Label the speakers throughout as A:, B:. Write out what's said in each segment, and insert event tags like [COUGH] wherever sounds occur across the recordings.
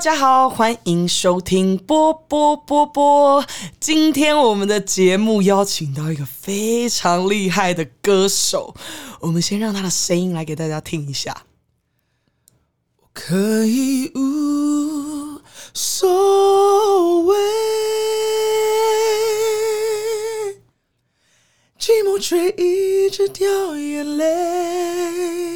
A: 家好，欢迎收听波波波波。今天我们的节目邀请到一个非常厉害的歌手，我们先让他的声音来给大家听一下。
B: 可以无所谓，寂寞却一直掉眼泪。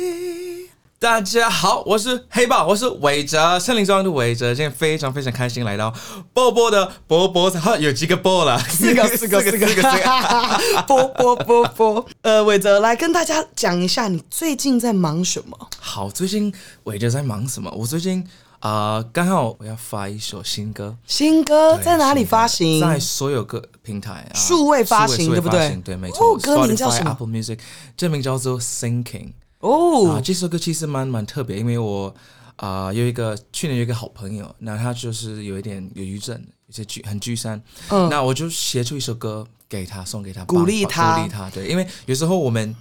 B: 大家好，我是黑豹，我是伟哲，森林中的伟哲，今天非常非常开心来到波波的波波，哈，有几个波了？
A: [LAUGHS] 四
B: [LAUGHS]
A: 个，四个，四个，四个，波波波波。呃，伟泽来跟大家讲一下，你最近在忙什么？
B: 好，最近伟哲在忙什么？我最近啊、呃刚好我要发一首新歌，
A: 新歌哦
B: 对
A: 在哪里发行？
B: 在所有各平台，啊
A: 数位发行
B: 数位
A: 对不对
B: 数位发行对，没
A: 哦
B: 错。
A: 歌名叫
B: Spotify
A: 什么
B: Apple Music，这名叫做《Thinking》啊。
A: 哦，
B: 这首歌其实蛮蛮特别，因为我啊、有一个去年有一个好朋友，那他就是有一点忧郁症，有些聚很聚散。
A: 嗯
B: 那我就写出一首歌给他，送给他，
A: 鼓励
B: 帮
A: 他
B: 鼓励他。对，因为有时候我们。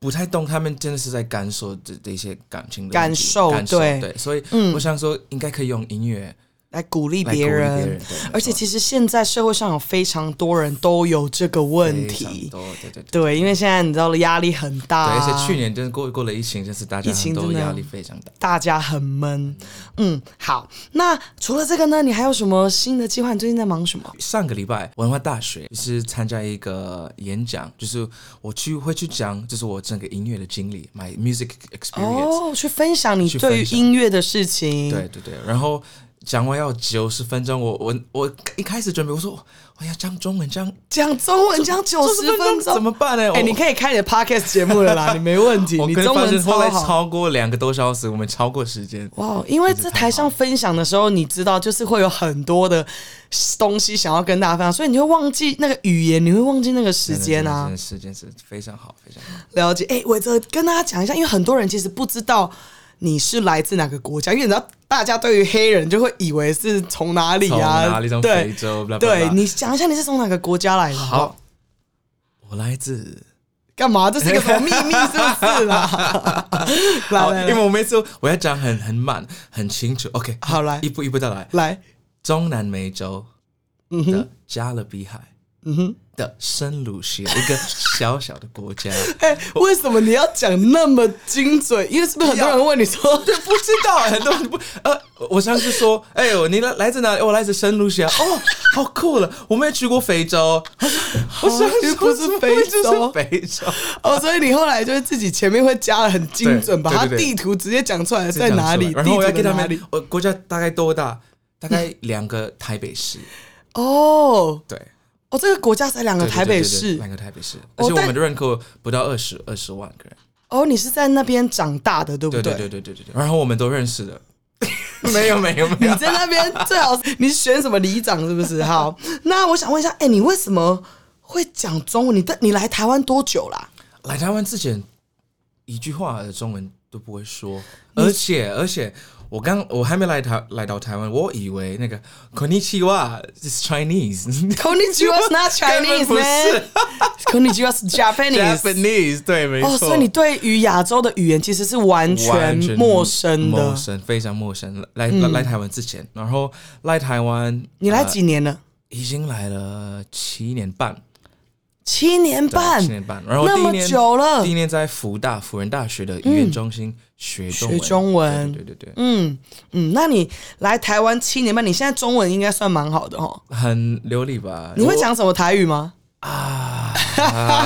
B: 不太懂，他们真的是在感受这这些感情的
A: 感
B: 问题
A: 受
B: 感受
A: 对
B: 对，所以
A: 嗯
B: 我想说，应该可以用音乐
A: 来鼓励
B: 来鼓励
A: 别人。
B: 人，对没
A: 而且
B: 错
A: 其实现在社会上有非常多人都有这个问
B: 非常
A: 题，
B: 多对对对。
A: 对，因为现在你知道压力很大，
B: 对，而且去年真的过过了疫情，真是大家
A: 啊疫情
B: 很多
A: 真的
B: 压力非常大。
A: 大家很闷。嗯，好，那除了这个呢，你还有什么新的计划？你最近在忙什么？
B: 上个礼拜，文化大学就是参加一个演讲，就是我去会去讲，就是我整个音乐的经历，my music experience、
A: 哦，去分享你
B: 去
A: 对于
B: 分享
A: 音乐的事情。
B: 对，对对，然后讲完要九十分钟，我我我一开始准备，我说我要讲中文，讲
A: 讲中文讲九十分钟
B: 怎么？办呢？
A: 哎、你
B: 我
A: 可以开你的 podcast 节目了
B: [LAUGHS]
A: 啦，你没问题，
B: 我
A: 你
B: 跟
A: 中
B: 发现
A: 文
B: 后
A: 超
B: 来
A: 好。
B: 超过两个多小时，我们超过时间。
A: 哇，因为在台上分享的时候，你知道，就是会有很多的东西想要跟大家分享，所以你会忘记那个语言，你会忘记那个时间啊
B: 真的。时间是非常好，非常好。
A: 了解，哎、伟哲跟大家讲一下，因为很多人其实不知道你是来自哪个国家，因为你知道大家对于黑人就会以为是从哪里
B: 从
A: 啊，
B: 哪里？从非
A: 对
B: 洲？blah blah
A: 对，
B: blah
A: 你讲一下你是从哪个国家来的？好不好
B: 好，我来自
A: 干嘛？这是一个什么秘密？是不是啦？
B: [LAUGHS]
A: 来
B: 好，
A: 来
B: 因
A: 来，
B: 为我每次我要讲很很慢很清楚。OK，
A: 好来
B: 一步一步的来。
A: 来，
B: 中南美洲
A: 嗯哼，
B: 的加勒比海
A: 嗯哼。
B: 的圣卢西亚，一个小小的国家。
A: [LAUGHS] 哎、为什么你要讲那么精准？因为是不是很多人问你说，
B: 啊对，不知道，很多人不 [LAUGHS] 呃，我上次说，哎、呦，你来来自哪里？我来自圣卢西亚。哦，好酷了，我没有去过非
A: [LAUGHS]
B: 洲。我上次
A: 哦不是非洲
B: 就是非洲。
A: 哦，所以你后来就是自己前面会加了很精准，
B: 对
A: 把它
B: 对对对
A: 地图直接讲出来 [LAUGHS] 在哪里，
B: 然后我要
A: 地
B: 给
A: 图在
B: 他
A: 哪
B: 们
A: 里。，
B: 我国家大概多大？大概两个台北市。
A: 哦，
B: 对。
A: 哦，这个国家才两个
B: 对对
A: 台
B: 对
A: 北
B: 对对
A: 市。哦
B: 两个台北市，而且我
A: 但
B: 们的人口不到二十二十万个人。
A: 哦，你是在那边长大的，对不
B: 对对对对对对对。然后我们都认识
A: [LAUGHS]
B: 的，没有没有没
A: 你
B: 有。
A: 在那边最好是你选什么里长是不
B: [LAUGHS]
A: 是？好，那我想问一下，哎、你为什么会讲中文？你在你来台湾多久啦？
B: 来台湾之前，一句话的中文都不会说，而且而且。我刚我还没来台来到台湾，我以为那个 Konnichiwa is Chinese，
A: Konnichiwa is not
B: [LAUGHS] 根
A: [LAUGHS]
B: 本
A: Chinese
B: 不
A: man.
B: 是
A: Konnichiwa is Japanese.
B: Japanese，对，没错。
A: 哦，所以你对于亚洲的语言其实是完全
B: 完全
A: 陌生的。嗯
B: 陌生，非常陌生。来来来台湾之前，然后来台湾，
A: 你来
B: 呃
A: 几年了？
B: 已经来了七年半，
A: 七年
B: 对
A: 半
B: 七，年半。然后
A: 那
B: 第一
A: 么
B: 年
A: 久了
B: 第一年在福大辅仁大学的语言中心学中文，
A: 学中文
B: 对对对对对
A: 嗯嗯，那你来台湾七年半，你现在中文应该算蛮好的哦。
B: 很流利吧？
A: 你会讲什么台语吗？
B: 啊？
A: [LAUGHS]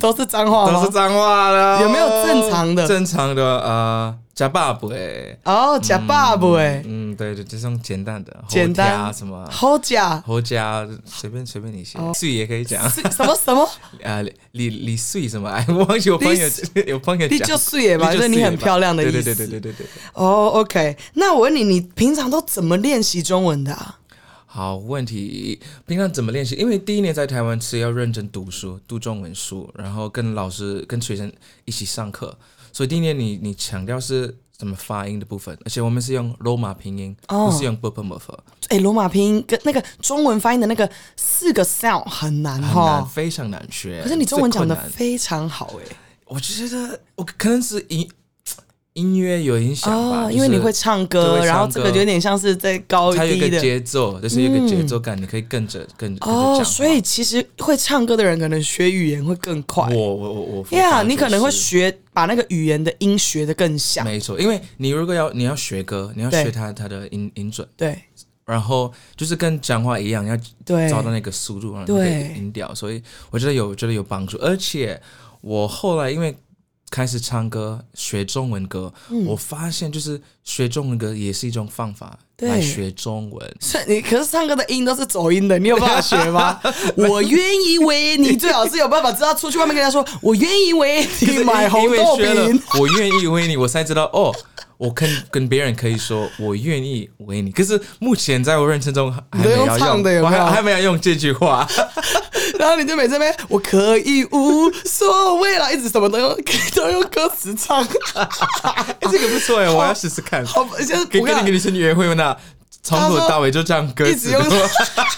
A: 都是脏话
B: 哦都
A: 吗
B: 是？脏话了，
A: 有没有正常的
B: 正常的啊，假爸爸哎，
A: 哦，假爸爸哎，
B: 嗯，对对，这种简单的，
A: 简单
B: 侯家什么
A: 好假，
B: 侯家，随便随便你写，
A: 哦
B: 碎也可以讲。
A: 是什么什么？
B: 啊，李李李穗什么？哎，我忘记我朋友有朋友讲，
A: 你就碎吧
B: 你
A: 就是你很漂亮的意思
B: 对对对对对对对。
A: 哦，OK，那我问你，你平常都怎么练习中文的啊？
B: 好问题，平常怎么练习？因为第一年在台湾是要认真读书，读中文书，然后跟老师、跟学生一起上课，所以第一年你你强调是怎么发音的部分，而且我们是用罗马拼音，
A: 哦
B: 不是用 b b m f，
A: 哎，罗马拼音跟那个中文发音的那个四个 sound 很难
B: 很难，
A: 哈，
B: 非常难学。
A: 可是你中文讲的
B: 最困难
A: 非常好哎。
B: 我觉得我可能是音音乐有影响
A: 哦，
B: 吧，就是
A: 因为你会唱歌，
B: 就会唱歌
A: 然后这个有点像是在高
B: 它有一
A: 低
B: 个
A: 的。
B: 节奏，就是有一个节奏感，你可以跟着跟着跟着
A: 哦，
B: 讲话
A: 所以其实会唱歌的人可能学语言会更快
B: 我我我我
A: 呀。
B: 我
A: 你可能会
B: 是
A: 学把那个语言的音学的更像，
B: 没错，因为你如果要你要学歌，你要
A: 对
B: 学它它的音音准，
A: 对
B: 然后就是跟讲话一样，要
A: 对
B: 找到那个速度，然后
A: 对
B: 那个音调，所以我觉得有觉得有帮助。而且我后来因为开始唱歌学中文歌，
A: 嗯
B: 我发现就是学中文歌也是一种方法
A: 对
B: 来学
A: [LAUGHS]
B: 中文。
A: 所以你可是唱歌的音都是走音的，你有办法学 [LAUGHS] 吗？我愿意为你，最好是有办法知道出去外面跟人家说，我愿意为
B: 可是
A: [LAUGHS] 你
B: 因
A: 买红
B: 因为
A: 豆
B: 学了
A: [LAUGHS] 饼。，
B: [LAUGHS] 我愿意为你，我才知道哦。我跟跟别人可以说我愿意为你，可是目前在我认知中还
A: 你都
B: 没
A: 用
B: 有用，
A: 唱的有
B: 我
A: 没有
B: 还还没有用这句话。
A: 然后你就每次在那边我可以无所谓啦，一直什么都用 [LAUGHS] 都用歌词唱，
B: [LAUGHS] 这个不错哎，我要试试看。
A: 好，就是
B: 跟
A: 我
B: 跟那
A: 看
B: 个女生约会呢，从头到尾就这样歌
A: 一直
B: 词
A: 用
B: 的， [LAUGHS]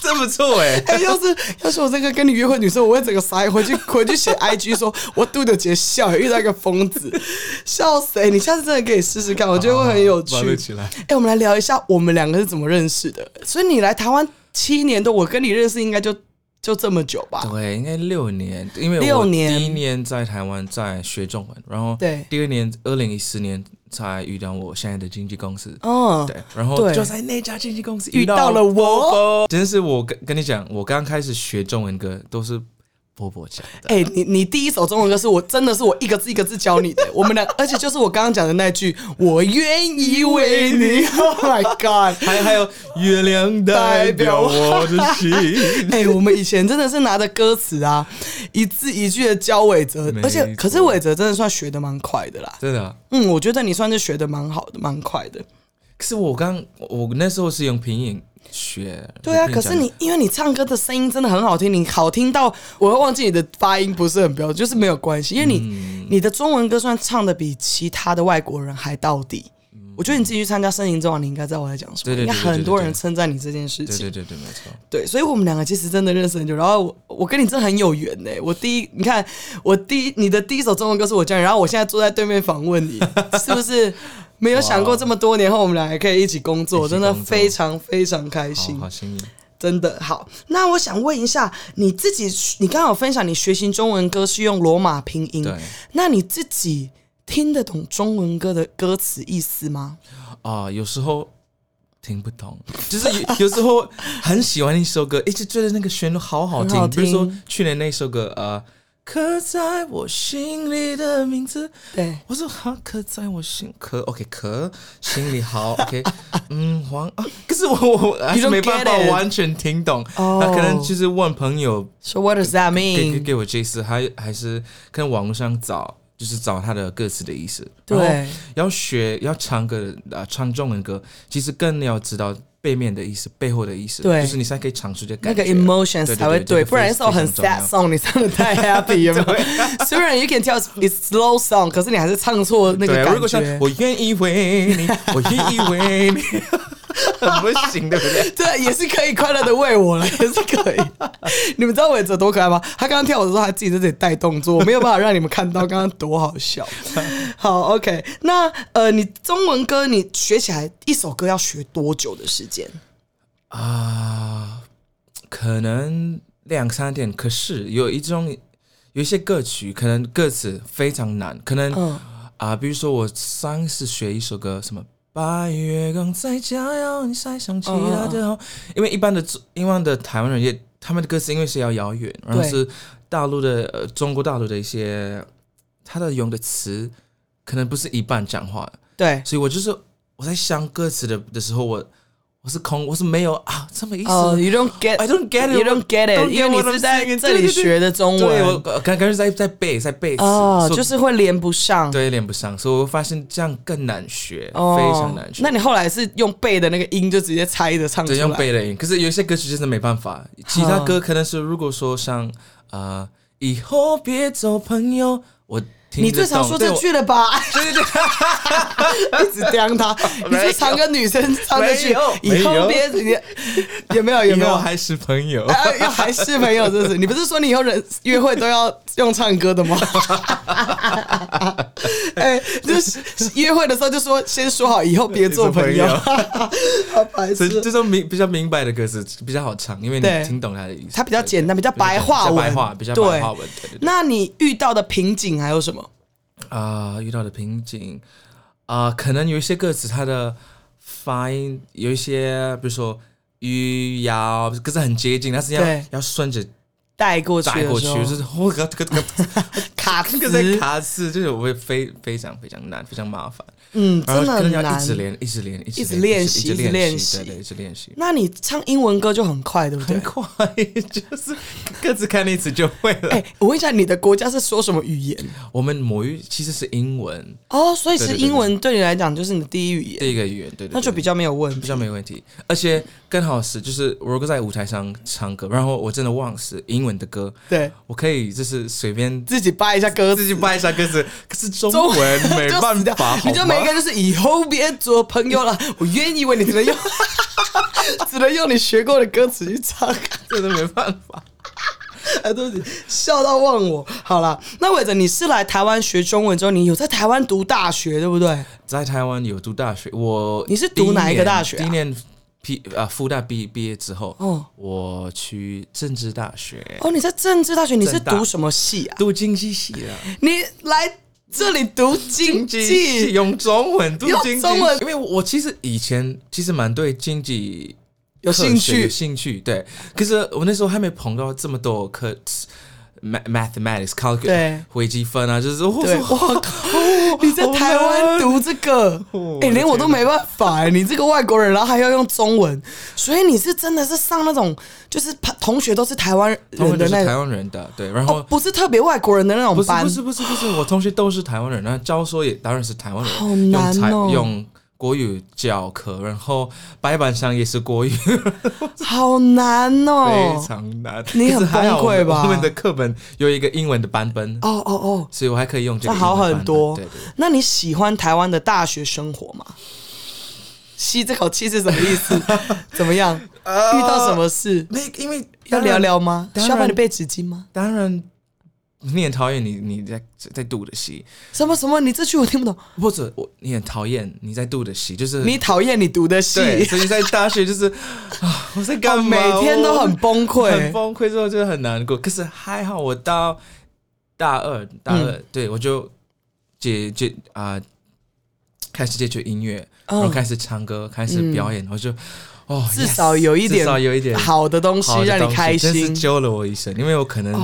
B: 这不错哎。
A: [LAUGHS] 哎、要是要是我这个跟你约会女生，我会整个傻眼，回去 [LAUGHS] 回去写 IG 说，我杜的姐笑，遇到一个疯子， [LAUGHS] 笑死、欸！你下次真的可以试试看，我觉得会很有趣。
B: 好好玩得起来
A: 哎、我们来聊一下我们两个是怎么认识的。所以你来台湾七年多，我跟你认识应该就就这么久吧？
B: 对，应该六年，因为
A: 六
B: 我
A: 年
B: 第一年在台湾在学中文，然后
A: 对
B: 第二年二零一四年才遇到我现在的经纪公司。
A: 嗯，
B: 对，然后
A: 对
B: 就在那家经纪公司
A: 遇到了我。
B: 真是我跟跟你讲，我刚开始学中文歌都是波波教的。
A: 哎、你你第一首中文歌是我真的是我一个字一个字教你的，我们俩，而且就是我刚刚讲的那句“我愿意为你 [LAUGHS] ”，Oh my God！
B: 还还有月亮代表我的心，
A: [LAUGHS] 哎、我们以前真的是拿着歌词啊，一字一句的教伟哲
B: 没，错
A: 而且可是伟哲真的算学的蛮快的啦。
B: [LAUGHS] 真的啊、
A: 嗯，我觉得你算是学的蛮好的，蛮快的。
B: 可是我刚我我那时候是用拼音学。
A: 对啊，
B: 拼音
A: 可
B: 讲
A: 是
B: 的
A: 你因为你唱歌的声音真的很好听，你好听到我会忘记你的发音不是很标准，就是没有关系，因为你、
B: 嗯
A: 你的中文歌算唱的比其他的外国人还到底。我觉得你自己去参加森林啊之王，你应该知道我在讲什么，
B: 嗯对对对
A: 应该很
B: 对对
A: 多
B: 对
A: 人称赞你这件事情
B: 对。对对对，没错。
A: 对，所以我们两个其实真的认识很久。然后我我跟你真的很有缘呢、我第一，你看我第一你的第一首中文歌是我教你，然后我现在坐在对面访问你，是不
B: [LAUGHS]
A: 是？没有想过这么多年后我们俩还可以一起工作，
B: 哦一起
A: 真的
B: 工作
A: 非常非常开
B: 好
A: 心，
B: 好幸运。
A: 真的好。那我想问一下，你自己，你刚好分享你学习中文歌是用罗马拼音
B: 对，
A: 那你自己听得懂中文歌的歌词意思吗？
B: 啊、有时候听不懂，就是有 [LAUGHS] 有时候很喜欢一首歌，一直觉得那个旋律好好听。
A: 很好
B: 比如说
A: 听
B: 去年那首歌呃，刻在我心里的名字。
A: 对，
B: 我说好，刻在我心，刻 OK，刻心里好
A: [LAUGHS]
B: OK，嗯，黄啊，可是我我我还是
A: You don't
B: 没办法
A: get it
B: 完全听懂，
A: 哦
B: 那可能就是问朋友
A: So what does that
B: 给给
A: mean？
B: 给我这次，还还是跟网络上找，就是找他的歌词的意思。然后
A: 对，
B: 要学要唱歌啊、呃唱中文歌，其实更要知道背面的意思、背后的意思，
A: 对
B: 就是你才可以唱出这
A: 那
B: 感觉。
A: 个 emotions
B: 对对对
A: 才会
B: 这个
A: 不然一
B: 非
A: 首很
B: 非常
A: sad
B: 重
A: song 你唱的太 happy 有没有？虽然 you can tell it's slow song，可是你还是唱错那个
B: 对，如
A: 感
B: 果像
A: 觉。
B: 我愿意为你，我愿意为你， [LAUGHS] 很不行，对不对？
A: 对，也是可以快乐的喂我了，也是可以。你们知道伟哲多可爱吗？他刚刚跳舞的时候，他自己在这里带动作，我没有办法让你们看到刚刚多好笑。好，OK，那呃，你中文歌你学起来一首歌要学多久的时间？
B: 啊、可能两三点，可是有一种有一些歌曲，可能歌词非常难，可能
A: 嗯
B: 啊、比如说我上次学一首歌，什么八月光在家哟，你才想起
A: 嗯嗯
B: 他
A: 嗯
B: 的好，因为一般的一般的台湾人也他们的歌词因为是要遥远，然后
A: 对
B: 是大陆的、呃、中国大陆的一些他的用的词，可能不是一半讲话的
A: 对，
B: 所以我就是我在想歌词的的时候，我我是空，我是没有啊这么意思。
A: 哦、y o u don't get，I
B: I don't get it.
A: you don't get
B: Don't
A: it，因为
B: what
A: 你
B: I'm
A: 是在
B: saying.
A: 这里
B: 对对对
A: 学的中文。
B: 对，我刚刚是在在背，在背词，
A: 哦，
B: 所以
A: 就是会连不上，
B: 对连不上，所以我发现这样更难学，
A: 哦，
B: 非常难学。
A: 那你后来是用背的那个音就直接猜着唱出
B: 怎
A: 来
B: 样，背的音？可是有一些歌曲真的没办法，其他歌可能是如果说像呃，以后别走朋友，我听
A: 你
B: 得
A: 最常
B: 懂
A: 说
B: 对
A: 这
B: 我
A: 句了吧？对对 [LAUGHS] 对，一直刁他，你最常跟女生唱这句
B: 没有，
A: 以
B: 没
A: 后
B: 有
A: 别你有没有有
B: 以
A: 没
B: 后
A: 有？
B: 还是朋友。
A: 哎要还是朋友，真是你不是说你以后人约会都要用唱歌的吗？ [LAUGHS] 哎、就是约会的时候就说先说好，以后别做朋
B: [LAUGHS]
A: 友。
B: 别做
A: [LAUGHS] 好白
B: 所以
A: 痴，哦
B: 这种明比较明白的歌词比较好唱，因为
A: 对
B: 你听懂它的意思。
A: 它比较简单，比较
B: 对
A: 白话
B: 比较白话，
A: 文，
B: 比较白
A: 对
B: 话。文。对对对
A: 那你遇到的瓶颈还有什么？
B: 啊、遇到的瓶颈啊、可能有一些歌词它的发音有一些，比如说“鱼摇”，可是很接近，但是要
A: 对
B: 要顺着
A: 带过去
B: 带
A: 的
B: 过
A: 时
B: 去，
A: 候，
B: 就是哦我个这个
A: [LAUGHS] 卡
B: 这个在
A: 词，
B: 卡字，就是我会非非常非常难，非常麻烦，
A: 嗯，
B: 然后
A: 真的
B: 可
A: 很
B: 能要一
A: 难。
B: 直练，一直练，一
A: 一直
B: 直
A: 练
B: 一
A: 习
B: 直
A: 一直练
B: 练
A: 习
B: 对对，一直练习。
A: 那你唱英文歌就很快，对不 [LAUGHS] 对
B: 很？快，就是各自看那次就会了。
A: 哎、我问一下，你的国家是说什么语言？
B: 我们母语其实是英文
A: [LAUGHS] 哦，所以其
B: 对
A: 实
B: 对对
A: 英文对你来讲就是你的第一语言，
B: 第一个语言，对对对
A: 那就比较没有问
B: 比
A: 题。
B: 较没问题，而且更好是，就是我如果在舞台上唱歌，然后我真的忘词英文的歌，
A: 对，
B: 我可以就是随便
A: 自己掰一下歌词
B: 自，己掰一下歌词，可是中
A: 中
B: 文
A: [LAUGHS]
B: 没
A: 就
B: 办
A: 死掉
B: 法，好
A: 你就没
B: 吗
A: 跟就是以后别做朋友了。我原以为你只能用， [LAUGHS] 只能用你学过的歌词去唱，
B: 真的没办法。
A: 哎，对不起，笑到忘我。好了，那伟哲，你是来台湾学中文之后，你有在台湾读大学，对不对？
B: 在台湾有读大学，我
A: 你是读哪一个大学啊
B: 第一年第一年 P 啊复大毕毕业之后，
A: 哦
B: 我去政治大学
A: 哦，你在政治大学，你是
B: 政大
A: 读什么系啊？
B: 读经济系的。
A: 你来这里读经
B: 济
A: 济，
B: 用中文读
A: 用
B: 经济，
A: 中文
B: 因为我其实以前其实蛮对经济
A: 有
B: 科
A: 兴
B: 学有
A: 趣
B: 兴趣对。可是我那时候还没碰到这么多课，ma-，mathematics、
A: 对
B: calculus、微积分啊，就是我
A: 对，
B: 说
A: 哇靠！你在台湾读这个，
B: 我
A: 哎、
B: 的
A: 连我都没办法哎、你这个外国人，然后还要用中文，所以你是真的是上那种就是同学都是台湾
B: 他
A: 人
B: 们都
A: 的
B: 是
A: 那
B: 台
A: 种，
B: 湾人的对，然
A: 哦
B: 后，。
A: 不是特别外国人的那种
B: 不是
A: 班，
B: 不是不是不是，我同学都是台湾人，然后教授也当然是台湾人，
A: 好难
B: 用台
A: 哦
B: 用国语教课，然后白板上也是国语，
A: 好难
B: 非
A: 哦、
B: 常难。
A: 你很
B: 可是还好
A: 崩溃吧
B: 我们的课本有一个英文的版本，
A: 哦哦哦，
B: 所以我还可以用这个
A: 那好
B: 英文版本
A: 很多
B: 对对对
A: 那你喜欢台湾的大学生活吗？吸这口气是什么意
B: [LAUGHS]
A: 思？怎么样？遇到什么事
B: 那因为
A: 要聊，聊吗？
B: 呃当
A: 需
B: 然
A: 要帮你背纸巾吗？
B: 当然你很讨厌你你在在读的戏，
A: 什么什么？你这句我听不懂。
B: 或者我你很讨厌你在读的戏，就是
A: 你讨厌你读的戏，
B: 对，
A: [LAUGHS]
B: 所以在大学就是啊我在干
A: 哦
B: 嘛？
A: 每天都很崩
B: 我
A: 溃
B: 很。崩溃，之后就很难过。可是还好我到大二大二，
A: 嗯
B: 对我就解解啊、开始接触音乐，
A: 嗯
B: 然后开始唱歌，开始表演，我就哦，
A: 至少有一
B: yes，
A: 点
B: 至少有一点
A: 好的东西
B: 好的
A: 让
B: 东
A: 你
B: 西
A: 开
B: 真是
A: 心。
B: 救了我一生，因为我可能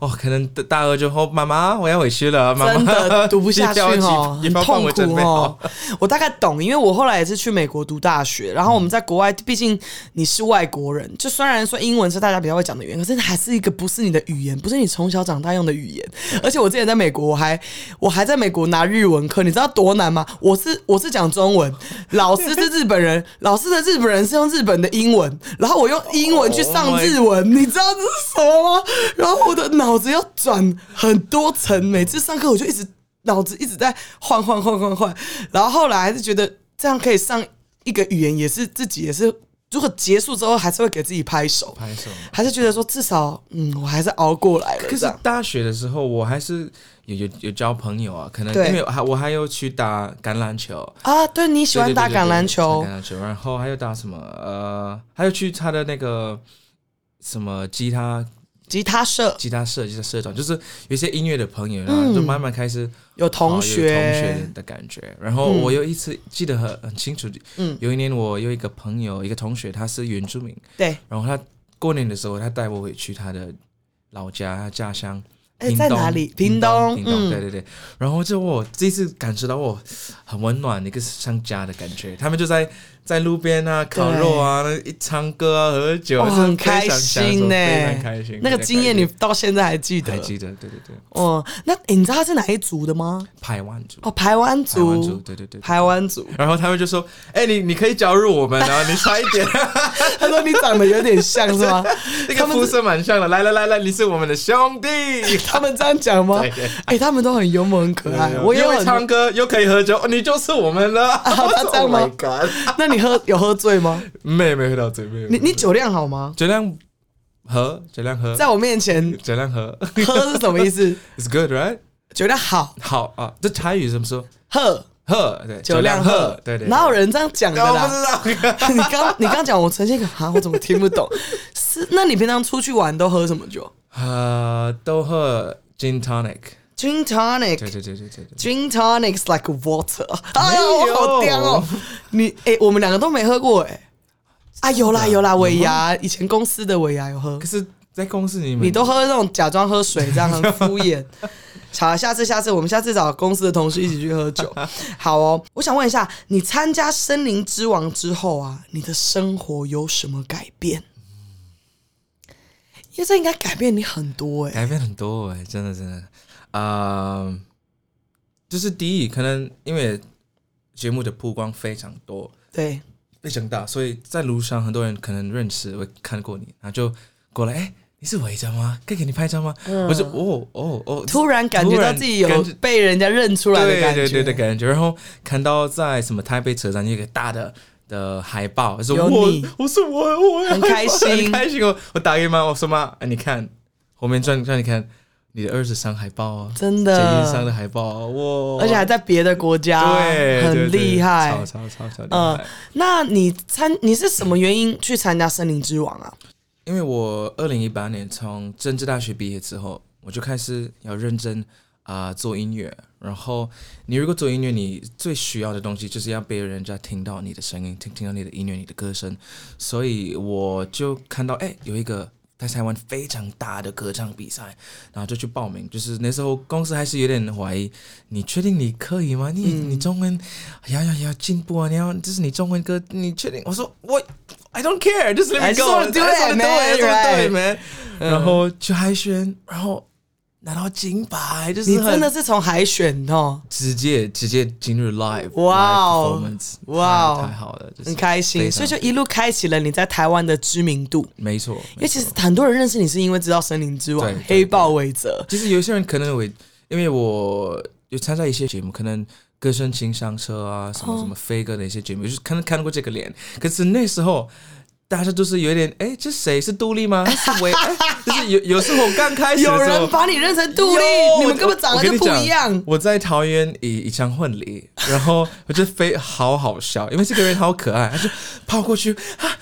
B: 哦可能大二就后妈妈我要回去了，妈妈
A: 真的读不下
B: [LAUGHS]
A: 去
B: 你不要
A: 哦，很
B: 急你不要帮
A: 痛
B: 我准
A: 苦
B: 备
A: 哦
B: 好。
A: 我大概懂，因为我后来也是去美国读大学，然后我们在国外，毕竟你是外国人，就虽然说英文是大家比较会讲的语言，可是还是一个不是你的语言，不是你从小长大用的语
B: [LAUGHS]
A: 言。而且我之前在美国，我还我还在美国拿日文课，你知道多难吗？我是我是讲中文，老师是日本人， [LAUGHS] 老师的日本人是用日本的英文，然后我用英文去上
B: Oh my
A: 日文，你知道这是什么吗？然后我的脑子要转很多层，每次上课我就一直脑子一直在换换换换换，然后后来还是觉得这样可以上一个语言，也是自己也是，如果结束之后还是会给自己拍手， [LAUGHS]
B: 拍手。
A: 还是觉得说至少嗯，我还是熬过来了。
B: 可
A: 这
B: 是
A: 样
B: 大学的时候，我还是有有有交朋友啊，可能
A: 对
B: 因为我还我还有去打橄榄球，
A: 啊，对你喜欢打
B: 对对对
A: 橄
B: 对
A: 榄球
B: 打橄榄球，然后还有打什么呃，还有去他的那个什么吉他
A: 吉他社
B: 吉他社吉他社团，就是有一些音乐的朋友，然后就慢慢开始。
A: 有嗯同
B: 哦有同
A: 学
B: 学，的感觉。然后我有一次记得很很清楚，
A: 嗯
B: 有一年我有一个朋友，一个同学，他是原住民，
A: 对，
B: 然后他过年的时候，他带我回去他的老家他家乡。
A: 哎
B: 屏
A: 在
B: 东
A: 哪里
B: 屏东，
A: 屏
B: 屏
A: 东嗯
B: 东，对对对。然后就我这次感受到我很温暖的一个像家的感觉。他们就在在路边啊烤肉啊，那一唱歌啊，喝酒，
A: 哦
B: 就是
A: 很
B: 非常
A: 开
B: 享受
A: 心呢
B: 非常开心。
A: 那个
B: 非常
A: 经验
B: 开
A: 你
B: 心
A: 到现在还记得
B: 还？记得？对对对，
A: 哦，那诶你知道他是哪一族的吗？
B: 排湾族，
A: 哦，排湾
B: 排湾族，
A: 族，
B: 对对对，
A: 排湾族。
B: 然后他们就说：“哎、你你可以加入我们，然后你差一
A: [LAUGHS]
B: 点， [LAUGHS]
A: 他说你长得有点像是吗？
B: 那
A: 他
B: 个
A: 们
B: 肤色蛮像的。来来来来，你是我们的兄弟。
A: 他们这样讲吗
B: 对对？
A: 哎、他们都很幽默、很可爱。我也
B: 又
A: 有
B: 会
A: 很啊
B: 唱歌，又可以喝酒，哦你就是我们了。
A: 他
B: 我说
A: 这样吗
B: Oh my God
A: 那你喝有喝醉吗？
B: 妹妹喝到嘴边，
A: 你你酒量好吗？
B: 酒量喝，酒量喝，
A: 在我面前
B: 酒量喝 [LAUGHS]
A: 喝是什么意思？
B: ，It's good, right？
A: 觉得好
B: 好啊，这台语怎么说？
A: 喝
B: 喝，对，
A: 酒量喝，
B: 对对，对
A: 哪有人这样讲的
B: 我不
A: 啦？
B: 知道，
A: [LAUGHS] 你刚你刚讲，我呈现一个哈，我怎么听不懂？是，那你平常出去玩都喝什么酒
B: 呃，都喝 gin tonic，
A: ？Gin
B: 对
A: tonic。
B: 对对对对对，
A: Gin tonics like water，哎呦，
B: 没有
A: 我好颠哦！你哎、我们两个都没喝过哎、啊，有啦有啦，尾牙以前公司的尾牙有喝
B: 可，是，在公司里面
A: 你都喝那种假装喝水，这样很敷
B: [LAUGHS]
A: 衍。好，下次下次我们下次找公司的同事一起去喝
B: [LAUGHS]
A: 酒。好哦，我想问一下，你参加森林之王之后啊，你的生活有什么改变？因为这应该改变你很多哎、
B: 改变很多哎、真的真的，啊、就是第一，可能因为节目的曝光非常多，
A: 对，
B: 非常大，所以在路上很多人可能认识，会看过你，然后就过来，哎、你是伟哲吗？可以给你拍照吗？我就哦哦哦，
A: 突然感觉到自己有
B: 突然
A: 被人家认出来
B: 感
A: 的感觉，
B: 对对对的感觉，然后看到在什么台北车站有一个大的。的海报说
A: 有
B: 我
A: 你
B: 我是我我
A: 很开心
B: 很开心哦！我打给妈，我说妈，哎你看后面转转，你看你的二十张海报啊，
A: 真
B: 捷运上
A: 的，
B: 的海报啊，哇！
A: 而且还在别的国家，
B: 对，对
A: 很
B: 对
A: 厉害
B: 超。超超超厉
A: 嗯
B: 害！
A: 那你参你是什么原因去参加森林之王啊？
B: 因为我二零一八年从政治大学毕业之后，我就开始要认真啊、做音乐。然后你如果做音乐，你最需要的东西就是要被人家听到你的声音，听听到你的音乐、你的歌声。所以我就看到，哎，有一个在台湾非常大的歌唱比赛，然后就去报名。就是那时候公司还是有点怀疑，你确定你可以吗？你、你中文要要要进步啊！你要这是你中文歌，你确定？我说我 I don't care，就是
A: I
B: let me
A: just
B: go，
A: wanna do
B: I
A: it,
B: just wanna do
A: man,
B: it，I just wanna do
A: right.
B: it, man。然后去海选，然后拿到金牌，就是
A: 你
B: 很
A: 真的是从海选哦，
B: 直接直接进入 live，
A: 哇哦
B: live performance，
A: 哇哦
B: 太太好了，就是
A: 很开
B: 非
A: 心，所
B: 常
A: 以就一路开启了你在台湾的知名度。
B: 没错，
A: 因为其实很多人认识你是因为知道《森林之王
B: 对》对、
A: 黑豹、韦泽，
B: 其实有些人可能会，因为我有参加一些节目，可能歌声情商车啊，什么什
A: 哦
B: 么飞哥的一些节目，就是看看过这个脸。可是那时候大家都是有一点，哎，这谁是杜丽吗？是维，哎就是有有时候刚开
A: [LAUGHS]
B: 始
A: 有
B: 的时候
A: 人。把你认成杜丽
B: 哟，
A: 你们根本长得就不一。
B: 我我跟你讲
A: 样。
B: 我在桃园以一场婚礼，然后我就非好好笑，因为这个人好可爱，他就跑过去啊，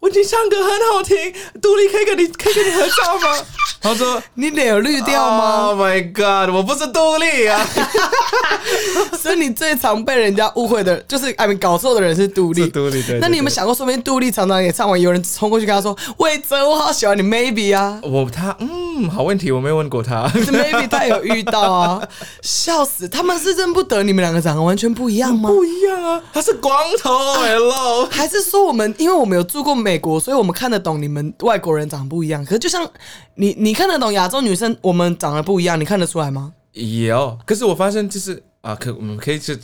B: 我你唱歌很好听，杜丽可以跟你可以跟你合照吗？然后说
A: 你脸有绿掉吗？
B: ？Oh my god！我不是杜丽啊， [LAUGHS]
A: [LAUGHS] 所以你最常被人家误会的，就是 I mean 搞错的人是杜丽。
B: 是杜丽对对
A: 那你有没有想过，说不定杜丽常常也唱完，有人冲过去跟他说：“魏哲，我好喜欢你，maybe 啊。”
B: 我他嗯，好问题，我没问过他。
A: maybe 他有遇到啊，笑死！他们是认不得你们两个长得完全不一样吗？
B: 不一样啊，他是光头 hello。
A: 还是说我们因为我们有住过美国，所以我们看得懂你们外国人长得不一样？可是就像你，你看得懂亚洲女生我们长得不一样，你看得出来吗？
B: 有，可是我发现就是啊，可我们可以就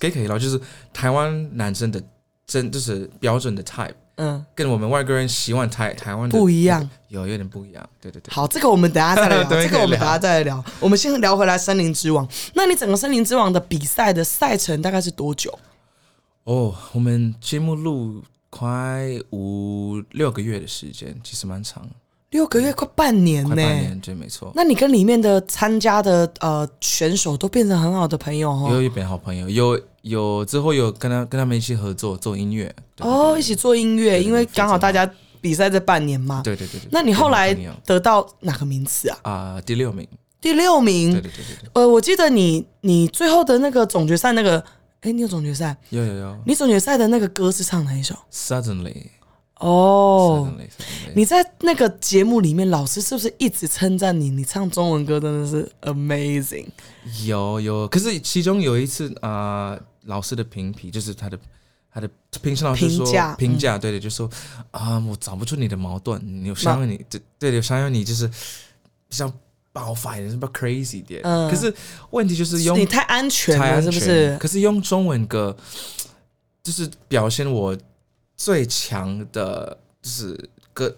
B: 可以可以聊，就是台湾男生的真就是标准的 type，
A: 嗯，
B: 跟我们外国人喜欢台台湾的
A: 不一样。
B: 有有点不一样。对对对，
A: 好，这个我们等一下再来聊，
B: [LAUGHS] 对
A: 这个我们
B: 可以
A: 等
B: 聊
A: 一下再来聊。我们先聊回来森林之王。那你整个森林之王的比赛的赛程大概是多久？
B: 哦，我们节目录快五六个月的时间，其实蛮长，
A: 六个月，快半年
B: 快
A: 呢、
B: 半年，对，没错。
A: 那你跟里面的参加的呃选手都变成很好的朋友哦。
B: 有一本好朋友，有有之后有跟他跟他们一起合作做音乐。对
A: 哦，一起做音乐，
B: 对
A: 因为刚好大家比赛这半年嘛。
B: 对对对对。
A: 那你后来
B: 对好朋友
A: 得到哪个名次啊？
B: 啊、第六名，
A: 第六
B: 对
A: 名
B: 对。对对对，
A: 呃，我记得你你最后的那个总决赛那个，哎，你有总决赛？
B: 有有有
A: 你总决赛的那个歌是唱哪一首？
B: ，suddenly，suddenly，suddenly，
A: 哦，
B: suddenly
A: 你在那个节目里面，老师是不是一直称赞你？你唱中文歌真的是 amazing。
B: 有有，可是其中有一次啊、老师的评比就是他的。他的评审老师说
A: 评价嗯
B: 评价，对对，就说啊、我找不出你的矛盾，你有想要你，对对，有想要你就是比较爆发一点，是不 crazy 一点。
A: 嗯
B: 可是问题就是用
A: 你太安全
B: 才
A: 了，
B: 安
A: 是
B: 全
A: 不是？
B: 可是用中文歌，就是表现我最强的，就是歌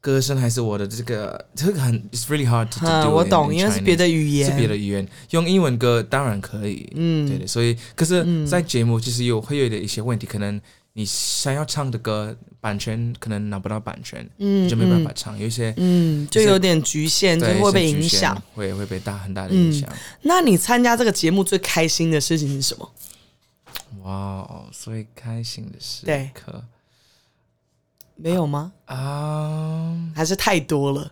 B: 歌声，还是我的这个这个很，it's really hard to, to do、
A: 嗯，我懂，因为是别的语言，
B: 是别的语言，用英文歌当然可以，
A: 嗯
B: 对的。所以，可是，在节目其实有会有的一些问题，可能你想要唱的歌，版权可能拿不到版权，嗯，就没办法唱。有一些
A: 嗯，就有点局限，就
B: 对
A: 会被
B: 一些
A: 影
B: 局限
A: 响。，嗯
B: 会会被大很大的影响。
A: 那你参加这个节目最开心的事情是什么？
B: 哇哦，所以开心的时
A: 对
B: 刻
A: 没有吗？
B: 啊
A: 还是太多了？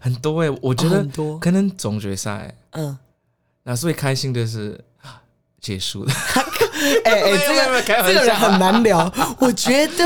B: 很多哎、我觉
A: 哦
B: 得
A: 很多
B: 可能总决赛，
A: 嗯，
B: 那最开心的是啊
A: [LAUGHS]
B: 结束了。
A: 哎哎、
B: [LAUGHS] 没有
A: 这
B: 没有
A: 个
B: 没有开玩
A: 这
B: 笑
A: 个人很难
B: [LAUGHS]
A: 聊。我觉得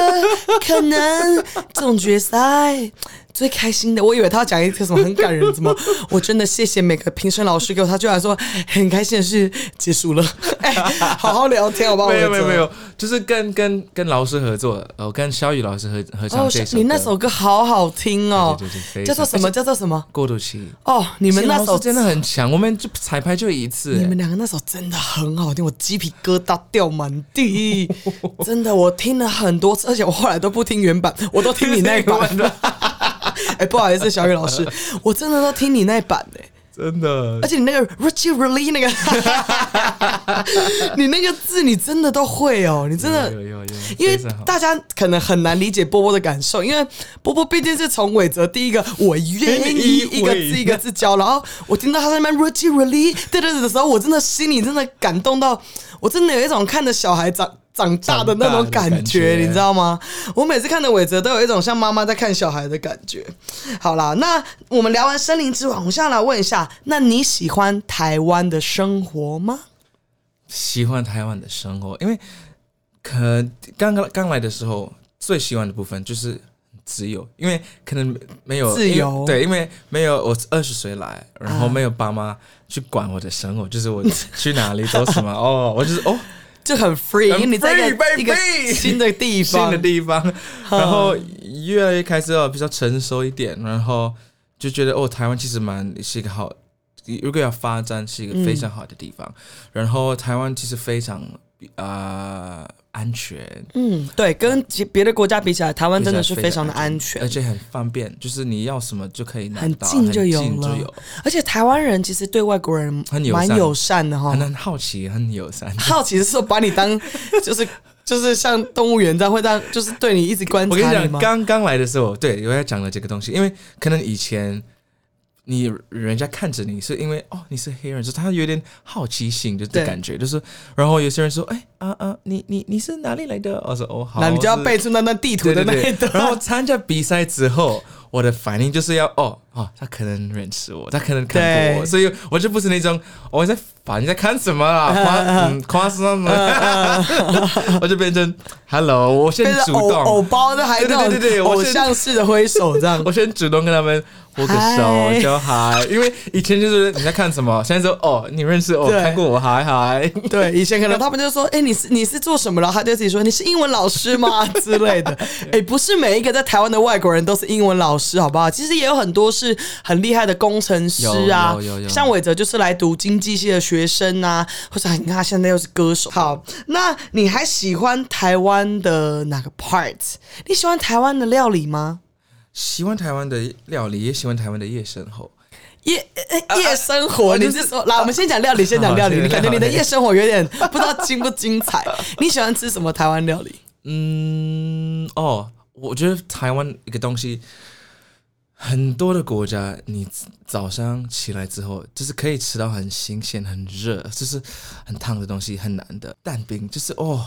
A: 可能总决赛最开心的，我以为他要讲一个什么很感人，
B: [LAUGHS]
A: 怎么我真的谢谢每个评审老师给我，他居然说很开心的是结束
B: [LAUGHS]
A: 了。哎、好好聊天好不好？
B: 没有没有
A: 哦我
B: 没
A: 的
B: 有，就是跟跟跟老师合作，呃，跟肖宇老师合合
A: 哦
B: 唱这，首歌。
A: 你那首歌好好听哦，
B: 对对对非常
A: 叫做什么？叫做什么？
B: 过渡期，
A: 哦，你
B: 你
A: 们那首
B: 真的很强，我们就彩排就一次。
A: 你
B: 哎
A: 们两个那首真的很好听，我鸡皮疙瘩掉满地， [LAUGHS] 真的，我听了很多次，而且我后来都不听原版，我都听你那一版。
B: [LAUGHS]
A: 哎、不好意思，小雨老师，我真的都听你那一版的、
B: 真的
A: 而，且你那个 [LAUGHS] Richie Really 那个，你那个字你真的都会哦，你真的
B: 有。有有，
A: 因为
B: 非常好
A: 大家可能很难理解波波的感受，因为波波毕竟是从伟泽第一个我愿意一个字一个字
B: [LAUGHS] 哎
A: 教，然后我听到他在那边 Richie Really 对对对的时候，我真的心里真的感动到，我真的有一种看着小孩长。长大的那种感
B: 长大的感
A: 觉
B: 觉，
A: 你知道吗？我每次看着伟泽都有一种像妈妈在看小孩的感觉。好啦，那我们聊完森林之王，我现在来问一下，那你喜欢台湾的生活吗？
B: 喜欢台湾的生活，因为可刚刚刚来的时候，最喜欢的部分就是自由，因为可能没有
A: 自由
B: 因为对，因为没有我二十岁来，然后没有爸妈去管我的生活，就是我去哪里做什么，哦，我就是哦。
A: 就很 free，因
B: 很
A: 为你在一
B: free,
A: 个一个
B: baby
A: 新的地
B: 新
A: 方
B: 的，地方，然后越来越开始哦比较成熟一点，然后就觉得哦，台湾其实蛮是一个好，如果要发展是一个非常好的地方，
A: 嗯
B: 然后台湾其实非常啊、呃安全，
A: 嗯，对，跟其别的国家比起来，台湾真的是非常的安
B: 而
A: 全，
B: 且很方便，就是你要什么就可以拿
A: 很
B: 到，
A: 近就有
B: 很近就
A: 了
B: 有，
A: 而且台湾人其实对外国人
B: 很友
A: 蛮
B: 善
A: 友善的哈
B: 很。很好奇，很友善。
A: 好奇是说把你当 [LAUGHS] 就是就是像动物园这样，会让就是对你一直观
B: 我跟你
A: 察
B: 讲，
A: 吗？
B: 刚刚来的时候，对，我要讲了这个东西，因为可能以前你人家看着你是因为哦你是黑人，就是他有点好奇心，就是
A: 对
B: 感觉就是，然后有些人说，哎啊啊，你你你是哪里来的？我说哦好，
A: 那你就要
B: 我是
A: 背出那段地图
B: 对
A: 的
B: 对
A: 那一
B: 对，然后
A: 段，
B: 参加比赛之后，我的反应就是要哦哦，他可能认识我，他可能看过
A: 对
B: 我，所以我就不是那种我、哦、在反你在看什么啊，夸嗯夸什么，我就变成 hello，我先
A: [LAUGHS] 背着
B: 主
A: 偶偶
B: 动，
A: 包的，还
B: 对对
A: 那
B: 对对对
A: 种
B: 我
A: 偶
B: 是
A: 像式的挥手这样。
B: [LAUGHS] 我先主动跟他们握个
A: 嗨
B: 手就嗨，因为以前就是你在看什么，现在说哦你认识我，
A: 对
B: 看过我嗨嗨。
A: [LAUGHS] 对，以前可能他们就说：“哎、你是你是做什么的？”然后他就自己说：“你是英文老师吗？”
B: [LAUGHS]
A: 之类的。哎、不是每一个在台湾的外国人都是英文老师，好不好？其实也有很多是很厉害的工程师啊
B: 有有有，有
A: 像伟哲就是来读经济系的学生啊，或者你看他现在又是歌手。好，那你还喜欢台湾的哪个 part？你喜欢台湾的料理吗？
B: [LAUGHS] 喜欢台湾的料理，也喜欢台湾的夜生活。
A: 夜呃夜生活，
B: 啊
A: 你是说来？我们先讲料理，先讲
B: 好
A: 料理。
B: 先
A: 你感觉
B: 料
A: 你的
B: 理
A: 夜生活有点不知道精不精彩？你喜欢吃什么台湾料理？
B: 嗯，哦，我觉得台湾一个东西，很多的国家，你早上起来之后，就是可以吃到很新鲜、很热，就是很烫的东西，很难的蛋饼，就是哦，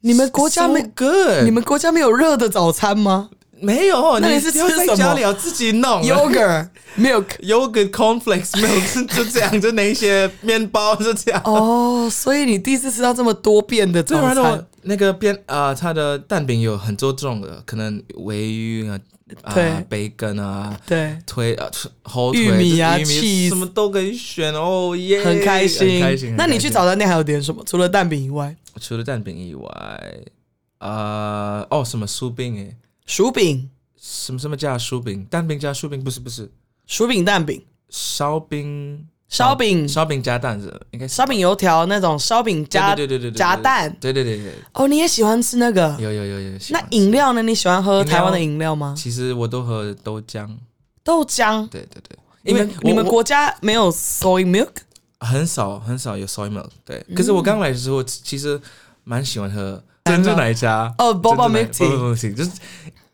A: 你们国家
B: so
A: 没
B: good，
A: 你们国家没有热的早餐吗
B: 没有，
A: 那你是
B: 不要
A: 吃
B: 在
A: 什么
B: 家里要自己弄 [LAUGHS]
A: ？Yogurt milk。
B: yogurt cornflakes milk 就这样，就那一些面包就这样。
A: 哦，所以你第一次吃到这么多变的
B: 对，
A: 早
B: 然后
A: 餐，
B: 那个边啊、呃它的蛋饼有很多种的，可能维鱼啊，啊、
A: 对
B: 培根啊，
A: 对，
B: 腿啊，猴
A: 玉
B: 腿、
A: 米啊
B: 就是玉
A: cheese
B: 米什么都可以选哦，耶，
A: 很开心。
B: 很开心。嗯
A: 那你去
B: 很开
A: 早餐店还有点什么？除了蛋饼以外，
B: 心除了蛋饼以外，啊、哦，什么酥饼诶，
A: 薯饼、
B: 什么什么加酥饼，蛋饼加酥饼，不是不是，
A: 薯饼、蛋饼、
B: 烧饼，
A: 烧饼、
B: 烧饼加蛋子，应该是
A: 烧饼油条那种烧饼加
B: 对对对对对对
A: 夹蛋。
B: 对对对对，
A: 哦，你也喜欢吃那个？
B: 有有有有。喜欢
A: 啊那饮料呢？你喜欢喝
B: 饮料
A: 台湾的饮料吗？
B: 其实我都喝豆浆，
A: 豆浆。
B: 对对对，
A: 你
B: 因为
A: 们你们
B: 我嗯
A: 国家没有 soy milk？嗯
B: 很少很少有 soy milk，对。可是我刚来的时候，其实蛮喜欢喝。珍珠奶茶
A: 哦
B: 珍珠
A: Boba
B: 奶
A: Milk Tea
B: 不不不行，就是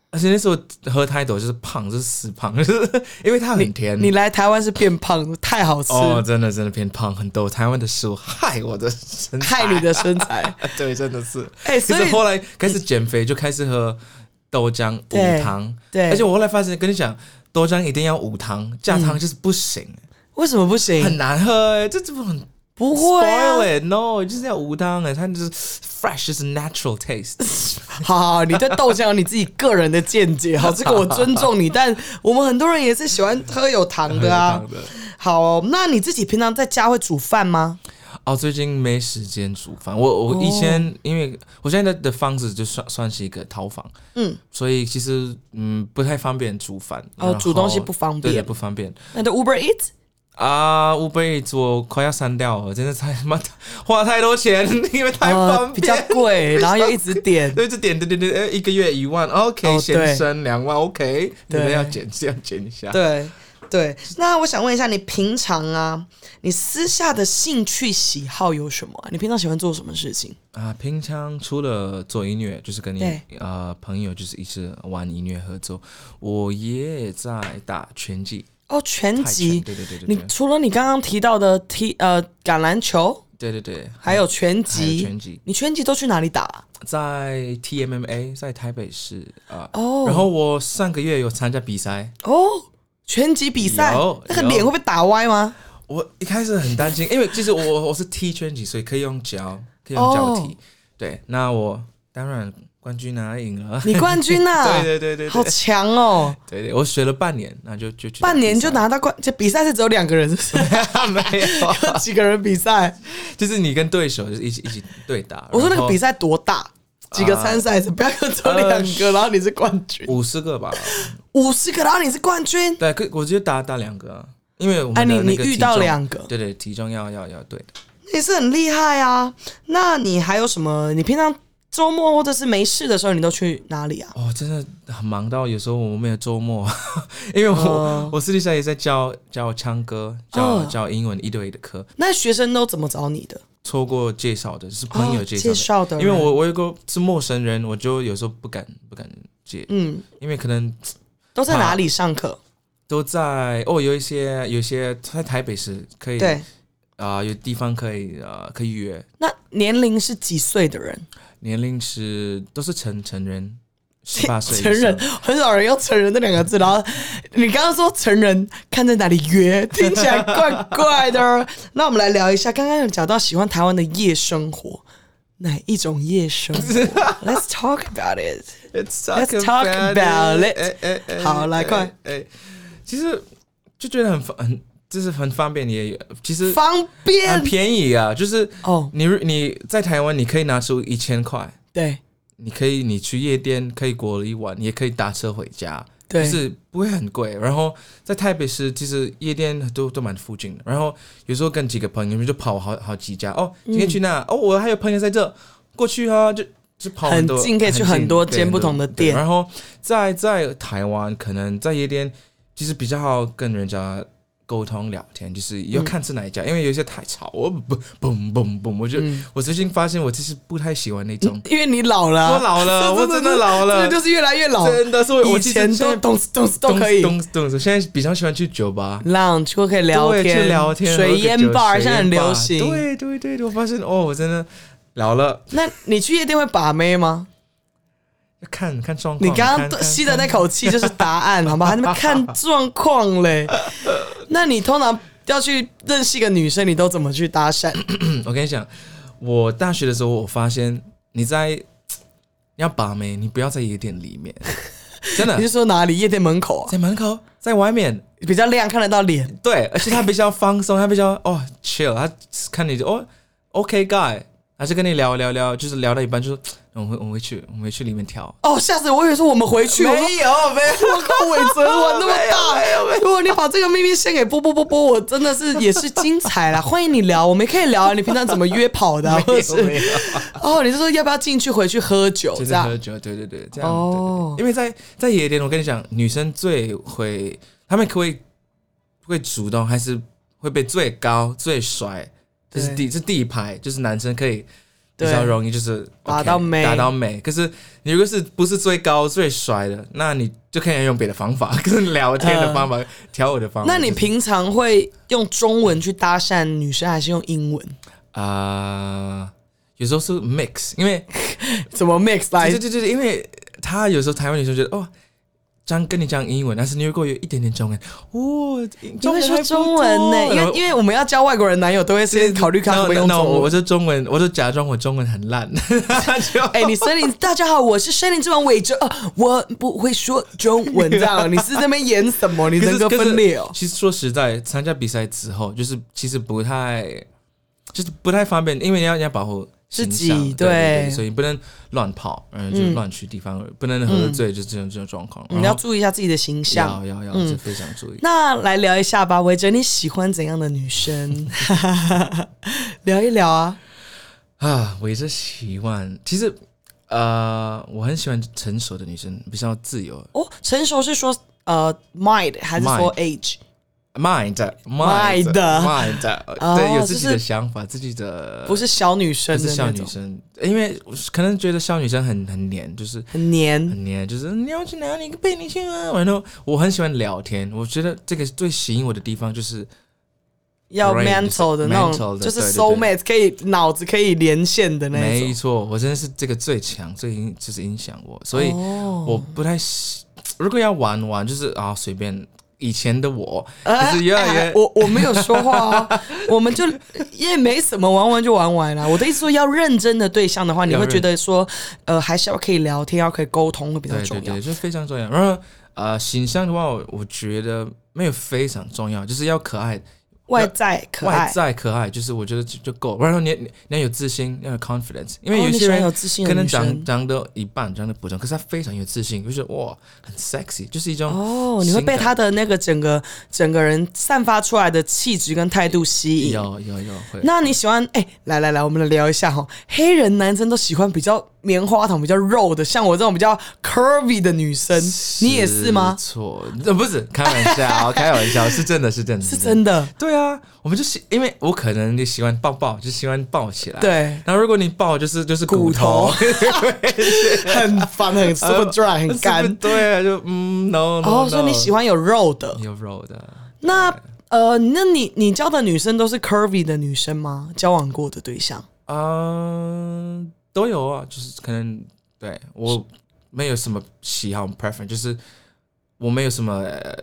B: 而且那时候喝太多就是胖， [LAUGHS] 就是死胖，就是因为它很甜。
A: 你来台湾是变胖，太好吃，
B: 哦，真的真的变胖很多，台湾的食物害我的身材，
A: 害你的身材。
B: [LAUGHS] 对，真的是。
A: 哎
B: 可
A: 所以
B: 是后来开始减肥，就开始喝豆浆
A: 对
B: 无糖，
A: 对
B: 而且我后来发现，跟你讲，豆浆一定要无糖，加
A: 嗯
B: 糖就是不行，
A: 为什么不行？
B: 很难喝、欸，这这不很
A: 不会、啊
B: spoil it no，就是要无糖哎、它就是 fresh，就是 natural taste。
A: 好好，好你对豆浆有你自己个人的见 [LAUGHS] 解，好，这个我尊重你，但我们很多人也是喜欢喝有糖的 [LAUGHS] 啊
B: 喝有糖的。
A: 好、那你自己平常在家会煮饭吗？
B: 哦，最近没时间煮饭。我
A: 哦
B: 我以前、因为我现在的房子就算算是一个套房，
A: 嗯，
B: 所以其实嗯不太方便煮饭。
A: 哦
B: 然后
A: 煮东西不方便
B: 对也不方便
A: 那你的 Uber Eat
B: 啊。乌贝我快要删掉了，真的太妈花太多钱，因为太
A: 呃哦
B: 方便。
A: 比较贵，然后又一直 [LAUGHS] 点。
B: 对，这点对对对，呃一个月一万，OK，、
A: 哦对
B: 先生两万，OK，你
A: 对
B: 们要减要减一下。
A: 对对，那我想问一下，你平常啊，你私下的兴趣喜好有什么啊、你平常喜欢做什么事情？
B: 啊，平常除了做音乐，就是跟你
A: 对
B: 呃朋友就是一起玩音乐合作，我也在打拳击，
A: 哦，拳
B: 泰
A: 击
B: 拳，。对对对对
A: 你
B: 对，
A: 除了你刚刚提到的踢呃橄榄球，
B: 对对对，
A: 还有拳击，
B: 拳击
A: 你拳击都去哪里打啊、
B: 在 TMMA 在台北市啊，
A: 哦
B: 然后我上个月有参加比赛，
A: 哦，拳击比赛
B: 有，
A: 那个
B: 有
A: 脸会被打歪吗？
B: 我一开始很担心，因为其实我我我是踢拳击，所以可以用脚，可以用脚踢，
A: 哦
B: 对，那我当然冠军拿赢了，
A: 你冠军啊！
B: 对对对对
A: 好
B: 对
A: 强哦！
B: [LAUGHS] 对对，我学了半年，那就就去打
A: 半年
B: 比
A: 就
B: 赛
A: 拿到冠，这比赛是只有两个
B: [LAUGHS]
A: 人，是不是？
B: 没有。
A: 有几个人比赛？
B: 就是你跟对手就是一起一起对打。
A: 我说那个比
B: 赛
A: 赛多大？几个参赛
B: 啊
A: 者？不要跟走两
B: 呃
A: 个，然后你是冠军，
B: 五十个吧，
A: 五十个，然后你是冠军。
B: 对，可我就打打两个啊，因为我
A: 哎
B: 们
A: 你
B: 的那个
A: 你遇
B: 体
A: 到
B: 重
A: 两个
B: 对对，体重要要要对的。
A: 也是很厉害啊！那你还有什么？你平常周末或者是没事的时候，你都去哪里啊？
B: 哦，真的很忙到有时候我没有周末， [LAUGHS] 因为我、我私底下也在教教唱歌，教、
A: 哦
B: 教英文一对一的课，
A: 那学生都怎么找你的？
B: 透过介绍的，是朋友
A: 哦
B: 介
A: 介
B: 绍
A: 绍
B: 的，
A: 的
B: 因为
A: 人
B: 我我有个是陌生人，我就有时候不敢不敢接，
A: 嗯，
B: 因为可能
A: 都在哪里上课？
B: 都在哦，有一些有一些在台北市可以
A: 对，
B: 啊、有地方可以啊，可以约，
A: 那年龄是几岁的人？
B: 年龄是都是成成人，十八岁以
A: 成人
B: 上
A: 很少人用“成人”这两个字，然后你刚刚说“成人”，看在哪里约，听起来怪怪的。那我们来聊一下，刚刚有讲到喜欢台湾的夜生活，哪一种夜生
B: [LAUGHS]
A: 活？Let's talk about it。
B: Let's
A: Let's talk about it. 好来快。
B: 哎哎，其实就觉得很方很，就是很方便，也有其实
A: 方
B: 很
A: 便
B: 便宜啊。就是
A: 哦，
B: 你你在台湾，你可以拿出一千块，
A: 对
B: 你可以你去夜店可以过了一晚，也可以搭车回家。就
A: 对
B: 是不会很贵，然后在台北市其实夜店都都蛮附近的，然后有时候跟几个朋友就跑好好几家哦，
A: 嗯
B: 今天去那、哦，我还有朋友在这，过去啊，就就跑
A: 很
B: 多，
A: 近可以去很多间不同的
B: 对
A: 店
B: 然后在在台湾，可能在夜店其实比较好跟人家沟通聊天，就是
A: 嗯
B: 要看是哪一家，因为有一些太吵，我不嘣嘣嘣，我就、
A: 嗯
B: 我最近发现我其实不太喜欢那种，
A: 因为你老了啊，
B: 我老了，我真的老
A: 这
B: 了
A: 个。就是越来越老。
B: 真的是我，我
A: 以
B: 其实
A: 前
B: 现在
A: 都咚哧咚哧都可以
B: 懂懂懂。现在比较喜欢去酒吧
A: lounge 或可以聊
B: 对
A: 天，
B: 去聊天，喝
A: 水
B: 个
A: 烟
B: 酒
A: bar
B: 水
A: 现在
B: 烟
A: 很流
B: bar
A: 行。
B: 对对对，对我发现哦，我真的老了，
A: 那你去夜店会把妹吗？
B: 看看状况。
A: 你刚
B: 看
A: 刚
B: 看
A: 吸的那口气就是答案，
B: [LAUGHS]
A: 好吗？还没看状况嘞。那你通常要去认识一个女生，你都怎么去搭
B: [LAUGHS]
A: 讪？
B: 嗯我跟你讲，我大学的时候，我发现你在你要把妹，你不要在夜店里面，真
A: [LAUGHS] 你
B: 的
A: 是说哪里？夜店门口啊，
B: 在门口，在外面。
A: 比较亮，看得到脸。
B: 对，而且他比较放松，他比较哦 chill，他看你就哦 OK guy，还是跟你聊聊聊，就是聊到一半就说嗯我会我会去我会去里面跳，
A: 哦，吓死我！我以为说我们回去，我说
B: 有，没有。
A: 我靠，伟泽玩那么大，如果你把这个秘密献给波波波波，我真的是也是精彩啦。欢迎你聊，我们也可以聊啊你平常怎么约跑的啊、或者是哦，你是说要不要进去回去喝酒
B: 就
A: 这
B: 是
A: 样
B: 喝？酒，对对对，这样。
A: 哦
B: 哦，因为在在夜店，我跟你讲，女生最会，她们可以会主动，还是会被最高、最帅，这是
A: 对
B: 第这是第一排，就是男生可以比
A: 对
B: 较容易就是
A: 达
B: OK，
A: 到美
B: 达到美。可是你如果是不是最高最帅的，那你就可以用别的方法， [LAUGHS] 跟聊天的方法、调我的方
A: 嗯
B: 法。
A: 那你
B: 就是
A: 平常会用中文去搭讪女生，还是用英文？
B: 啊、有时候是 mix，因为
A: 怎么 mix 来
B: 对？对对对，因为他有时候台湾女生觉得哦。这样跟你讲英文，但是你如果有一点点中文，哦，
A: 你
B: 中
A: 会
B: 文
A: 说
B: 还不
A: 中文呢、
B: 错
A: 因为
B: 然后
A: 因为我们要交外国人男友，都会先考虑看会不会用
B: 那
A: 中
B: 我我
A: 文。
B: 就中 [LAUGHS] 文，我就假装我中文很烂，
A: [LAUGHS]
B: 就
A: 哎、你森林，大家好，我是森林之王伟哲、啊，我不会说中文，这样你是这边演什么？你
B: 可
A: 人
B: 是
A: 格
B: 可是
A: 分裂哦、
B: 其实说实在，参加比赛之后，就是其实不太，就是不太方便，因为你要你要保护
A: 自己
B: 形象对
A: 对
B: 对所以不能乱跑，嗯，就是乱去地方，不能喝醉，就这种这种状况。
A: 你
B: 然
A: 嗯要嗯
B: 后
A: 注意一下自己的形象。
B: 要要要，这非常注意。
A: 那来聊一下吧，伟哲，你喜欢怎样的女
B: [LAUGHS]
A: 生？聊一聊啊。
B: 啊，我也是喜欢，其实呃，我很喜欢成熟的女生，比较自由
A: 哦，成熟是说呃 mind 还是说 age？
B: ，mind
A: Mind
B: mind mind，对，有自己
A: 哦就
B: 的
A: 是
B: 想法，自己的
A: 不是小女生
B: 呃不
A: 的那
B: 是
A: 种，
B: 小女生，因为我可能觉得小女生很很黏，就是
A: 很黏。
B: 很黏，就是你要去哪里陪你去啊。然后我很喜欢聊天，我觉得这个最吸引我的地方就是
A: 要
B: Brain，
A: mental 的那
B: mental
A: 种，
B: 的
A: 就是
B: 对对
A: soul mate 可以脑子可以连线的那一
B: 没
A: 种。
B: 错，我真的是这个最强，最影就是影响我，所以
A: 哦
B: 我不太喜。如果要玩玩，就是啊随便。以前的我，
A: 呃
B: 就是越来越
A: 哎 [LAUGHS] 我我没有说话哦， [LAUGHS] 我们就因为没什么玩玩就玩完了。我的意思说，要认真的对象的话，你
B: 要
A: 会
B: 认
A: 觉得说，呃，还是要可以聊天，要可以沟通会比较
B: 对对
A: 重要
B: 对，。就非常重要。然后呃，形象的话，我我觉得没有非常重要，就是要可爱，
A: 外在可
B: 外
A: 爱，
B: 在可爱，就是我觉得就就够。然后你你你要有自信，要有 confidence，因为
A: 哦
B: 有
A: 你
B: 些
A: 喜欢
B: 人
A: 有自信的
B: 可能
A: 女
B: 长
A: 生
B: 长得一半，长得普通，可是他非常有自信，就是哇，很 sexy，就是一种
A: 哦，你会被
B: 性感
A: 他的那个整个整个人散发出来的气质跟态度吸引。
B: 有有有会。
A: 那你喜欢哎、来来来，我们来聊一下哈，黑人男生都喜欢比较棉花糖、比较肉的，像我这种比较 curvy 的女生，你也是吗？
B: 错，呃不是开玩笑，哦开玩笑，是真的是真的
A: 是真
B: 的。
A: 的，
B: 对啊，我们就喜，因为我可能就喜欢抱抱，就喜欢抱起来。。
A: 对，
B: 然后如果你抱就是就是
A: 骨
B: 骨
A: 头
B: 头，
A: [LAUGHS] 很烦，很 super dry，很
B: 是不
A: 干。
B: 对啊，就嗯 no no。
A: [LAUGHS] 哦，所以你喜欢有肉的？
B: 有肉的。
A: 那呃，那你你交的女生都是 curvy 的女生吗？交往过的对象？
B: 嗯、都有啊，就是可能对我没有什么喜好 preference，就是我没有什么呃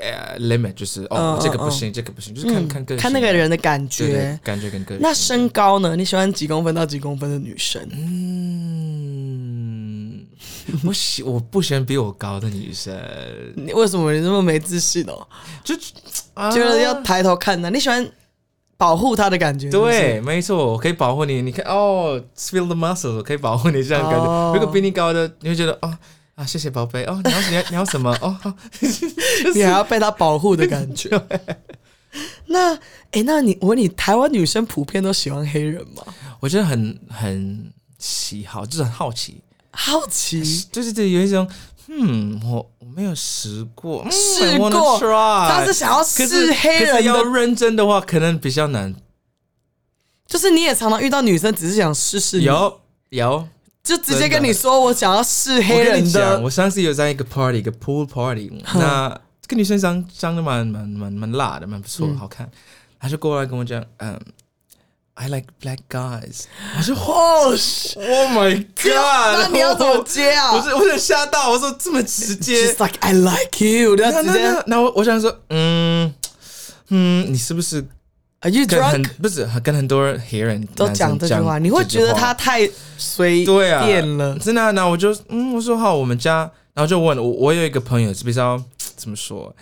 B: 呃 limit，就是
A: 嗯
B: 哦、这个
A: 嗯
B: 不行，这个不行，就是看、看个人
A: 看那
B: 喜
A: 个
B: 好
A: 人的感
B: 对对
A: 觉。
B: 感觉跟个人
A: 那
B: 喜好
A: 身高呢？你喜欢几公分到几公分的女生？
B: 嗯，
A: [LAUGHS]
B: 我喜我不喜欢比我高的女生，
A: 你为什么你这么没自信哦？
B: 就、啊、
A: 觉得要抬头看呢、你喜欢保护她的感觉？是不是，
B: 对，没错，我可以保护你。你看，哦，feel the muscle，我可以保护你这样的感觉。
A: 哦
B: 如果比你高的，你会觉得哦啊，谢谢宝贝哦，你要你要你要什么哦？ [LAUGHS] 哦
A: 你还要被她保护的感
B: [LAUGHS]
A: 觉。那，哎、那你我问你，台湾女生普遍都喜欢黑人吗？
B: 我觉得很很喜好，就是很好奇，
A: 好奇，
B: 就是这有一种，嗯，我我没有试过，嗯
A: 试
B: I wanna
A: 过
B: try
A: 她是想要
B: 可
A: 试
B: 是
A: 黑
B: 可是
A: 人
B: 要
A: 的，
B: 认真的话，可能比较难。
A: 就是你也常常遇到女生只是想试试你，
B: 有有，
A: 就直接
B: 真的
A: 跟你说我想要试黑
B: 我跟
A: 人
B: 你讲，
A: 的，嗯
B: 我上次有在一个 party，一个 pool party，那这个女生长长得蛮蛮蛮蛮辣的，蛮不
A: 嗯
B: 错，好看。她就过来跟我讲，嗯，I like black
A: [LAUGHS]
B: guys。我说
A: 哦，
B: ，Oh my god！
A: 那你要怎么接啊？
B: 我是我有点吓到，我说这么直接
A: [LAUGHS] She's。like I like you，然
B: 那
A: 后直
B: 那
A: 接
B: 那，那我我想说，嗯嗯，你是不是
A: Are you
B: 跟很
A: drunk？
B: 不是跟很多黑人
A: 都讲这句话，你会觉得她太随
B: 对啊，
A: 便了。
B: 真的啊、那我就嗯，我说好，我们家，然后就问我，我有一个朋友是比较怎么说，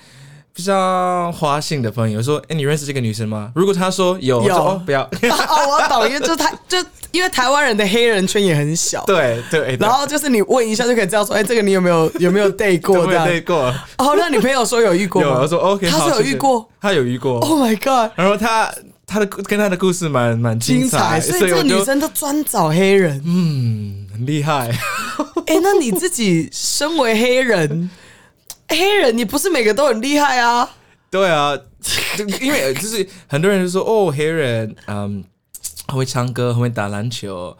B: 比较花心的朋友，说，哎，你认识这个女生吗？如果他说有，我
A: 有
B: 说哦，不要，
A: [LAUGHS] 哦，
B: [LAUGHS]
A: 我懂，因为就是他，就因为台湾人的黑人圈也很小，
B: 对啊对，
A: 然后就是你问一下就可以知道说，哎，这个你有没有有
B: [LAUGHS]
A: 没有 date
B: 对
A: 过这样？
B: 对过，
A: 哦，那你朋友说有遇过
B: 有，
A: 吗
B: 我？说哦 OK，
A: 他
B: 好
A: 是有
B: 谢谢
A: 遇过
B: 他有遇过，
A: Oh my god，
B: 然后他他的故跟他的故事蛮蛮
A: 精彩！
B: 彩，
A: 所以这
B: 我
A: 个女
B: 就
A: 生都专找黑人。
B: 嗯很厉害，
A: 哎，那你自己身为黑人，黑人你不是每个都很厉害啊？
B: [LAUGHS] 呃对啊，就因为就是很多人就说哦黑人，嗯。很会唱歌，很会打篮球。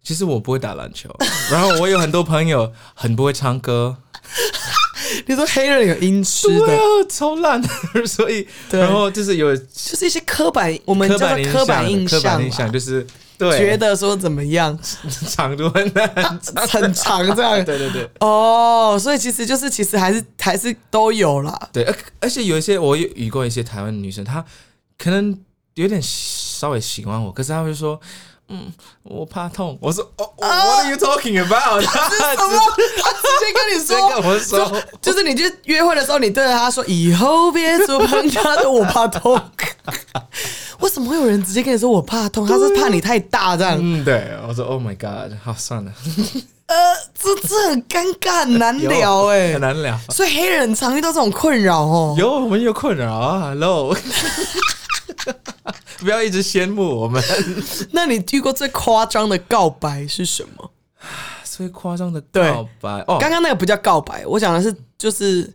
B: 其实我不会打篮
A: [LAUGHS]
B: 球，然后我有很多朋友很不会唱歌，
A: 你说黑人有音痴
B: 对
A: 的，
B: 啊，超烂的， [LAUGHS] 所以
A: 对
B: 然后就是有
A: 就是一些刻板，我们
B: 刻
A: 叫做
B: 板印象，
A: 刻板印
B: 刻板印
A: 象
B: 象
A: 啦，
B: 就是对，
A: 觉得说怎么样，
B: [LAUGHS] 长度很难，
A: 很长 [LAUGHS] 这样。
B: 对对对。
A: 哦，所以其实就是其实还是还是都有啦。
B: 对，而而且有一些我有遇过一些台湾女生，她可能有点稍微喜欢我，可是她会说。嗯，我怕痛。我说，哦、w h a t are you talking about？
A: 什
B: [LAUGHS]
A: 么？他直接跟你
B: 这
A: 说
B: 个，我说，
A: 就是你去约会的时候，你对着他说以后别做朋友，他说我怕痛。 [LAUGHS] 为什么会有人直接跟你说我怕痛？他是怕你太大这样？
B: 啊嗯，对，我说，Oh my God，好，算了，
A: 呃，这这很尴尬，很难聊哎、
B: 很难聊。
A: 所以黑人常遇到这种困扰哦。
B: 有我们有困扰啊，Hello，不要一直羡慕我们。 [LAUGHS]
A: 那你遇过最夸张的告白是什么？
B: 最夸张的
A: 对
B: 告白哦，
A: 刚刚那个不叫告白，我讲的是就是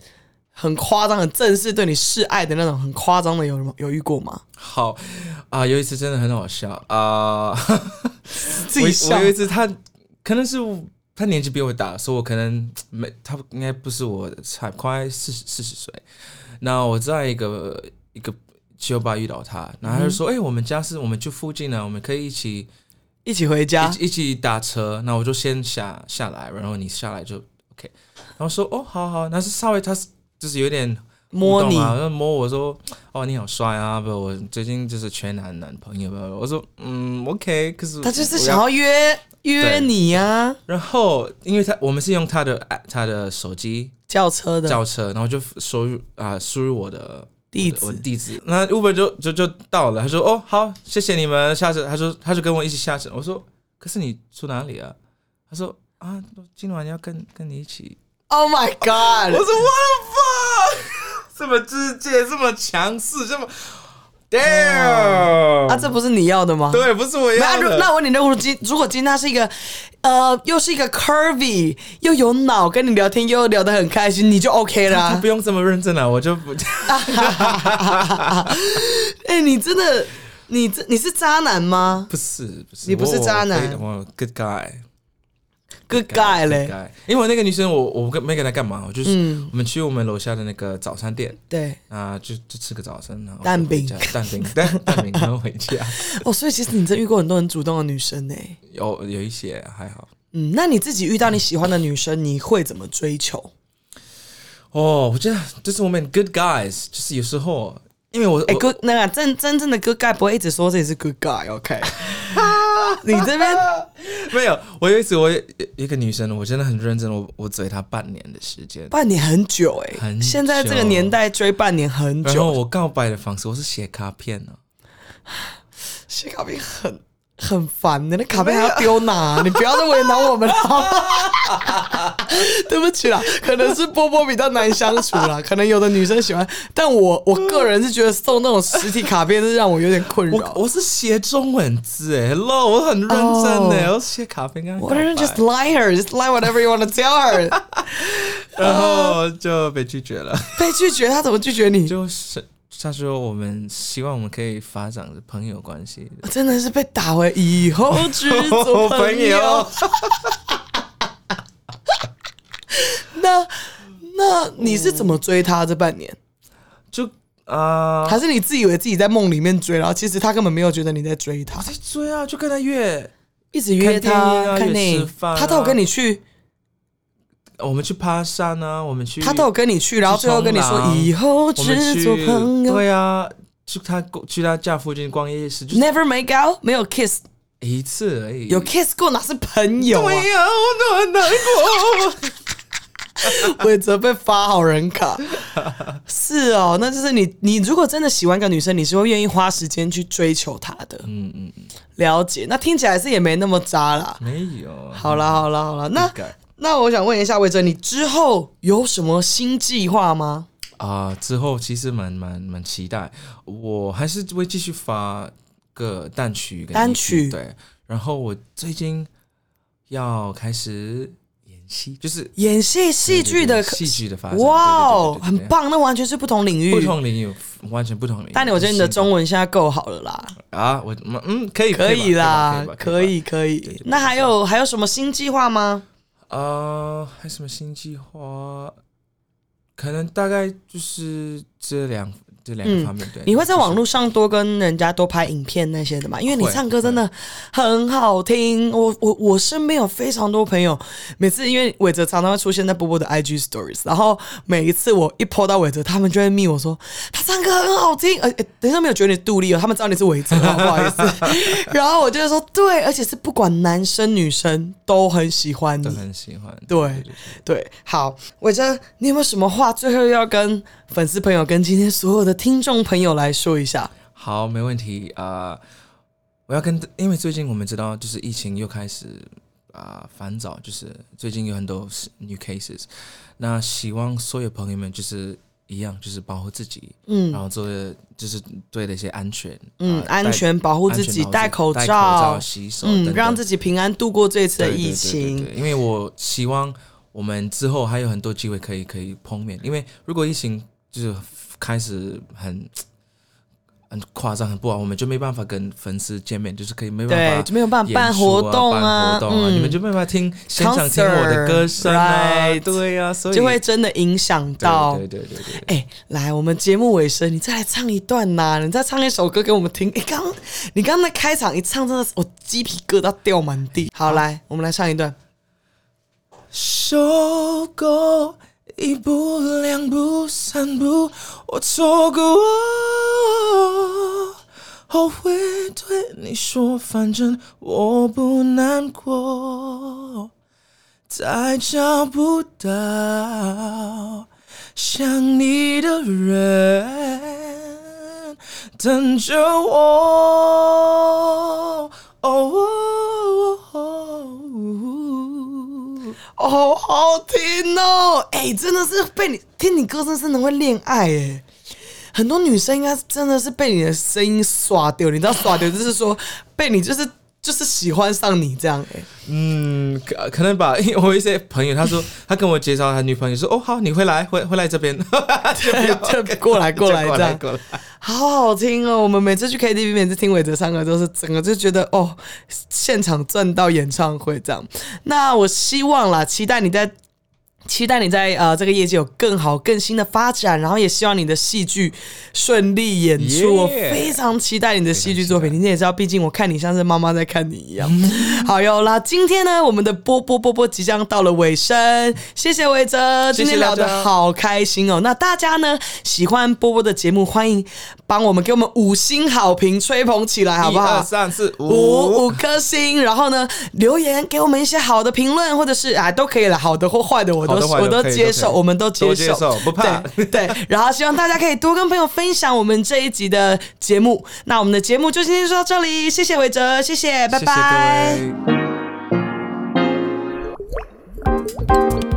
A: 很夸张、很正式对你示爱的那种，很夸张的有有遇过吗？
B: 好啊、有一次真的很好笑啊。
A: 自
B: 我
A: 己笑
B: 我有一次他可能是他年纪比我大，所以我可能没他应该不是我的菜，快四十四十岁。那我在一个一个酒吧遇到他，然后他就
A: 嗯
B: 说：“哎、我们家是我们住附近啊呢，我们可以一起
A: 一起回家
B: 一起一起打车。”那我就先下下来，然后你下来就 OK。然后说：“哦，好好。”那是稍微他是就是有点
A: 摸你
B: 互动，啊，然后摸我说，哦，你好帅啊！不，我最近就是缺男男朋友。不我说，嗯，OK，可是
A: 他就是
B: 我
A: 想要约约你啊，
B: 然后，因为他我们是用他的啊他的手机
A: 叫车的
B: 叫车，然后就输入啊、输入我的
A: 地
B: 我的
A: 址。
B: 地址，那 Uber 就就就到了。他说：“哦，好，谢谢你们，下次。”他说：“他就跟我一起下车。”我说：“可是你住哪里啊？”他说：“啊，今晚要跟跟你一起。
A: Oh my ” god！
B: 我说：“What the fuck？这么直接，这么强势，这么 damn！、
A: 哦啊，这不是你要的吗？
B: 对，不是我
A: 那
B: 要
A: 如
B: 的。
A: 那我问你，如果今如果今天他是一个，呃，又是一个 curvy，又有脑，跟你聊天又聊得很开心，你就 OK 啦、
B: [LAUGHS] 他不用这么认真了，啊我就不。 [LAUGHS]
A: 哎、你真的，你这你是渣男吗
B: 不是不是，
A: 你不是
B: 我
A: 渣男
B: 我我 good guy。
A: ？Good guy 嘞嗯
B: good，guy 因为那个女生我我跟没跟她干嘛，我就是、我们去我们楼下的那个早餐店
A: 对
B: 啊、就就吃个早餐，然后
A: 蛋饼
B: 就回家蛋饼 [LAUGHS] 蛋蛋饼，然后回家。 [LAUGHS]
A: 哦，所以其实你真遇过很多很主动的女生呢、
B: 有有一些还好
A: 嗯，那你自己遇到你喜欢的女生，你会怎么追求？
B: 哦，我觉得就是我们 good guys，就是有时候因为我
A: 哎、
B: 我
A: g o o d 那个真真正的 good guy 不会一直说自己是 good [LAUGHS] guy，OK？、你这边
B: 没有，我有一次我有一个女生，我真的很认真，我我追她半年的时间。
A: 半年很久哎、
B: 很久
A: 现在这个年代追半年很
B: 然后
A: 久，
B: 我告白的方式，我是写卡片啊呢、
A: 写卡片很很烦的，那卡片还要丢哪？你不要再为难我们了。 [LAUGHS] 对不起啦，可能是波波比较难相处啦，可能有的女生喜欢，但我我个人是觉得送那种实体卡片是让我有点困
B: 我
A: 扰。
B: 我是写中文字哎，hello，我很认真哎我写卡片跟她告
A: 哦我
B: 白。
A: 人 just lie her, just lie whatever you want to tell her。
B: [LAUGHS] 然
A: [LAUGHS]
B: 后就被拒绝了。
A: 被拒绝，他怎么拒绝你？
B: 就是他说我们希望我们可以发展朋友关系。
A: [LAUGHS] 真的是被打回以后只做哦朋 [LAUGHS] 友。那那你是怎么追他这半年？
B: [LAUGHS] 就啊，
A: 还是你自以为自己在梦里面追，然后其实他根本没有觉得你在追他
B: 我，在追啊，就跟他约，
A: 一直约他
B: 看电影啊
A: 看电
B: 约吃
A: 影，
B: 饭啊
A: 他都有跟你去，
B: 我们去爬山啊，我们去，
A: 他都有跟你去，然后最后跟你
B: 冲
A: 说
B: 浪
A: 以后
B: 我们
A: 只
B: 去
A: 做朋友
B: 对啊，去他去他家附近逛夜市，就是
A: ，never make out，没有 kiss，
B: 一次而已。
A: 有 kiss 过哪是朋友啊
B: 对？
A: [LAUGHS]
B: 呀、我都很难过。
A: 韦泽被发好人
B: [LAUGHS]
A: 卡，是哦，那就是你，你如果真的喜欢一个女生，你是会愿意花时间去追求她的。嗯嗯了解。那听起来是也没那么渣啦。
B: 没有，啊
A: 好啊啦，好啦，好啦。那
B: 改
A: 那我想问一下魏哲，你之后有什么新计划吗？
B: 啊、之后其实蛮蛮蛮期待，我还是会继续发个单曲跟
A: 单
B: EP
A: 曲
B: 对。然后我最近要开始演戏，就是
A: 演戏戏剧的
B: 对对对戏剧的发展，
A: 哇哦，
B: 对对对对对
A: 很
B: 对
A: 棒，那完全是不同领域。
B: 不同领域，完全不同领域。
A: 但我觉得你的
B: 很新
A: 中文现在够好了啦，
B: 啊，我嗯嗯可以
A: 可以啦，可
B: 可以
A: 以可以。那还有还有什么新计划吗？
B: 吧。啊，还有什么新计划？可能大概就是这两这两
A: 嗯
B: 个方面。对，
A: 你会在
B: 就是
A: 网络上多跟人家多拍影片那些的吗？因为你
B: 会
A: 唱歌真的很好听，我我我身边有非常多朋友，每次因为伟哲常常会出现在波波的 IG stories，然后每一次我一 po 到伟哲，他们就会密我说他唱歌很好听，呃，欸等一下没有觉得你杜丽哦，他们知道你是伟哲，哦不好意思， [LAUGHS] 然后我就会说对，而且是不管男生女生都很喜欢你
B: 都，很喜欢。
A: 对对，好，伟哲，你有没有什么话最后要跟粉丝朋友、跟今天所有的听众朋友来说一下？
B: 好，没问题啊、我要跟，因为最近我们知道，就是疫情又开始啊、烦躁，就是最近有很多 s- new cases。那希望所有朋友们就是一样，就是保护自己，
A: 嗯
B: 然后做的就是对的一些安全，
A: 嗯，
B: 啊
A: 安
B: 戴
A: 全保护
B: 安
A: 自
B: 全
A: 己，
B: 保护
A: 戴口
B: 戴口
A: 罩，
B: 洗手等等，
A: 嗯，让自己平安度过这次的
B: 对对
A: 疫
B: 对
A: 情。
B: 对对因为我希望我们之后还有很多机会可以可以碰面，因为如果疫情就是开始很很夸张、很不好，我们就没办法跟粉丝见面，就是可以没办
A: 对
B: 法
A: 就没有办法
B: 演
A: 办
B: 出
A: 活动
B: 啊，办活动
A: 嗯，
B: 你们就没办法听现场听我的歌声啊
A: Concert，right
B: 对啊，所以
A: 就会真的影响到。
B: 对对对对对。
A: 哎、来，我们节目尾声，你再来唱一段呐、你再唱一首歌给我们听。你刚，你刚那开场一唱，真的是我鸡皮疙瘩掉满地。好，来，我们来唱一段。
B: 受够一步两步三步，我错过我，后悔对你说，反正我不难过，再找不到想你的人，等着我。哦哦哦哦
A: 哦，好听哦！哎、真的是被你听你歌声，真的会恋爱哎。很多女生应该是真的是被你的声音耍掉，你知道耍掉就是说被你就是就是喜欢上你这样哎、
B: 嗯，可可能吧，因为我有一些朋友，他说他跟我介绍他女朋友，说哦好，你会来，会会来
A: [LAUGHS]
B: 这边， [LAUGHS] 就不要
A: 对就过来
B: 就
A: 过来
B: 过
A: 这
B: 来
A: 样
B: 过来。
A: 好好听哦！我们每次去 KTV，每次听伟哲唱歌，都是整个就觉得哦，现场赚到演唱会这样。那我希望啦，期待你在。期待你在呃这个业界有更好、更新的发展，然后也希望你的戏剧顺利演出。我
B: Yeah
A: 非常期待你的戏剧作
B: 非常期
A: 品。
B: 待
A: 你也知道，毕竟我看你像是妈妈在看你一
B: [LAUGHS]
A: 样。好哟啦，今天呢，我们的波波波波即将到了尾声，谢谢维哲，今
B: 谢谢
A: 天聊
B: 大
A: 得
B: 家
A: 好开心哦。那大家呢喜欢波波的节目，欢迎帮我们给我们五星好评，吹捧起来好不
B: 一二
A: 好？
B: 三四
A: 五
B: 五，
A: 五颗星，然后呢，留言给我们一些好的评论，或者是啊都可以了，好的或坏的我都
B: 好的坏的
A: 我都
B: 可以
A: 接
B: 都
A: 受，
B: 可以
A: 我们都接
B: 都接受不怕
A: 对对，然后希望大家可以多跟朋友分享我们这一集的节目。那我们的节目就今天就到这里，谢谢伟哲，谢谢，拜
B: 谢谢
A: 拜。
B: 各位。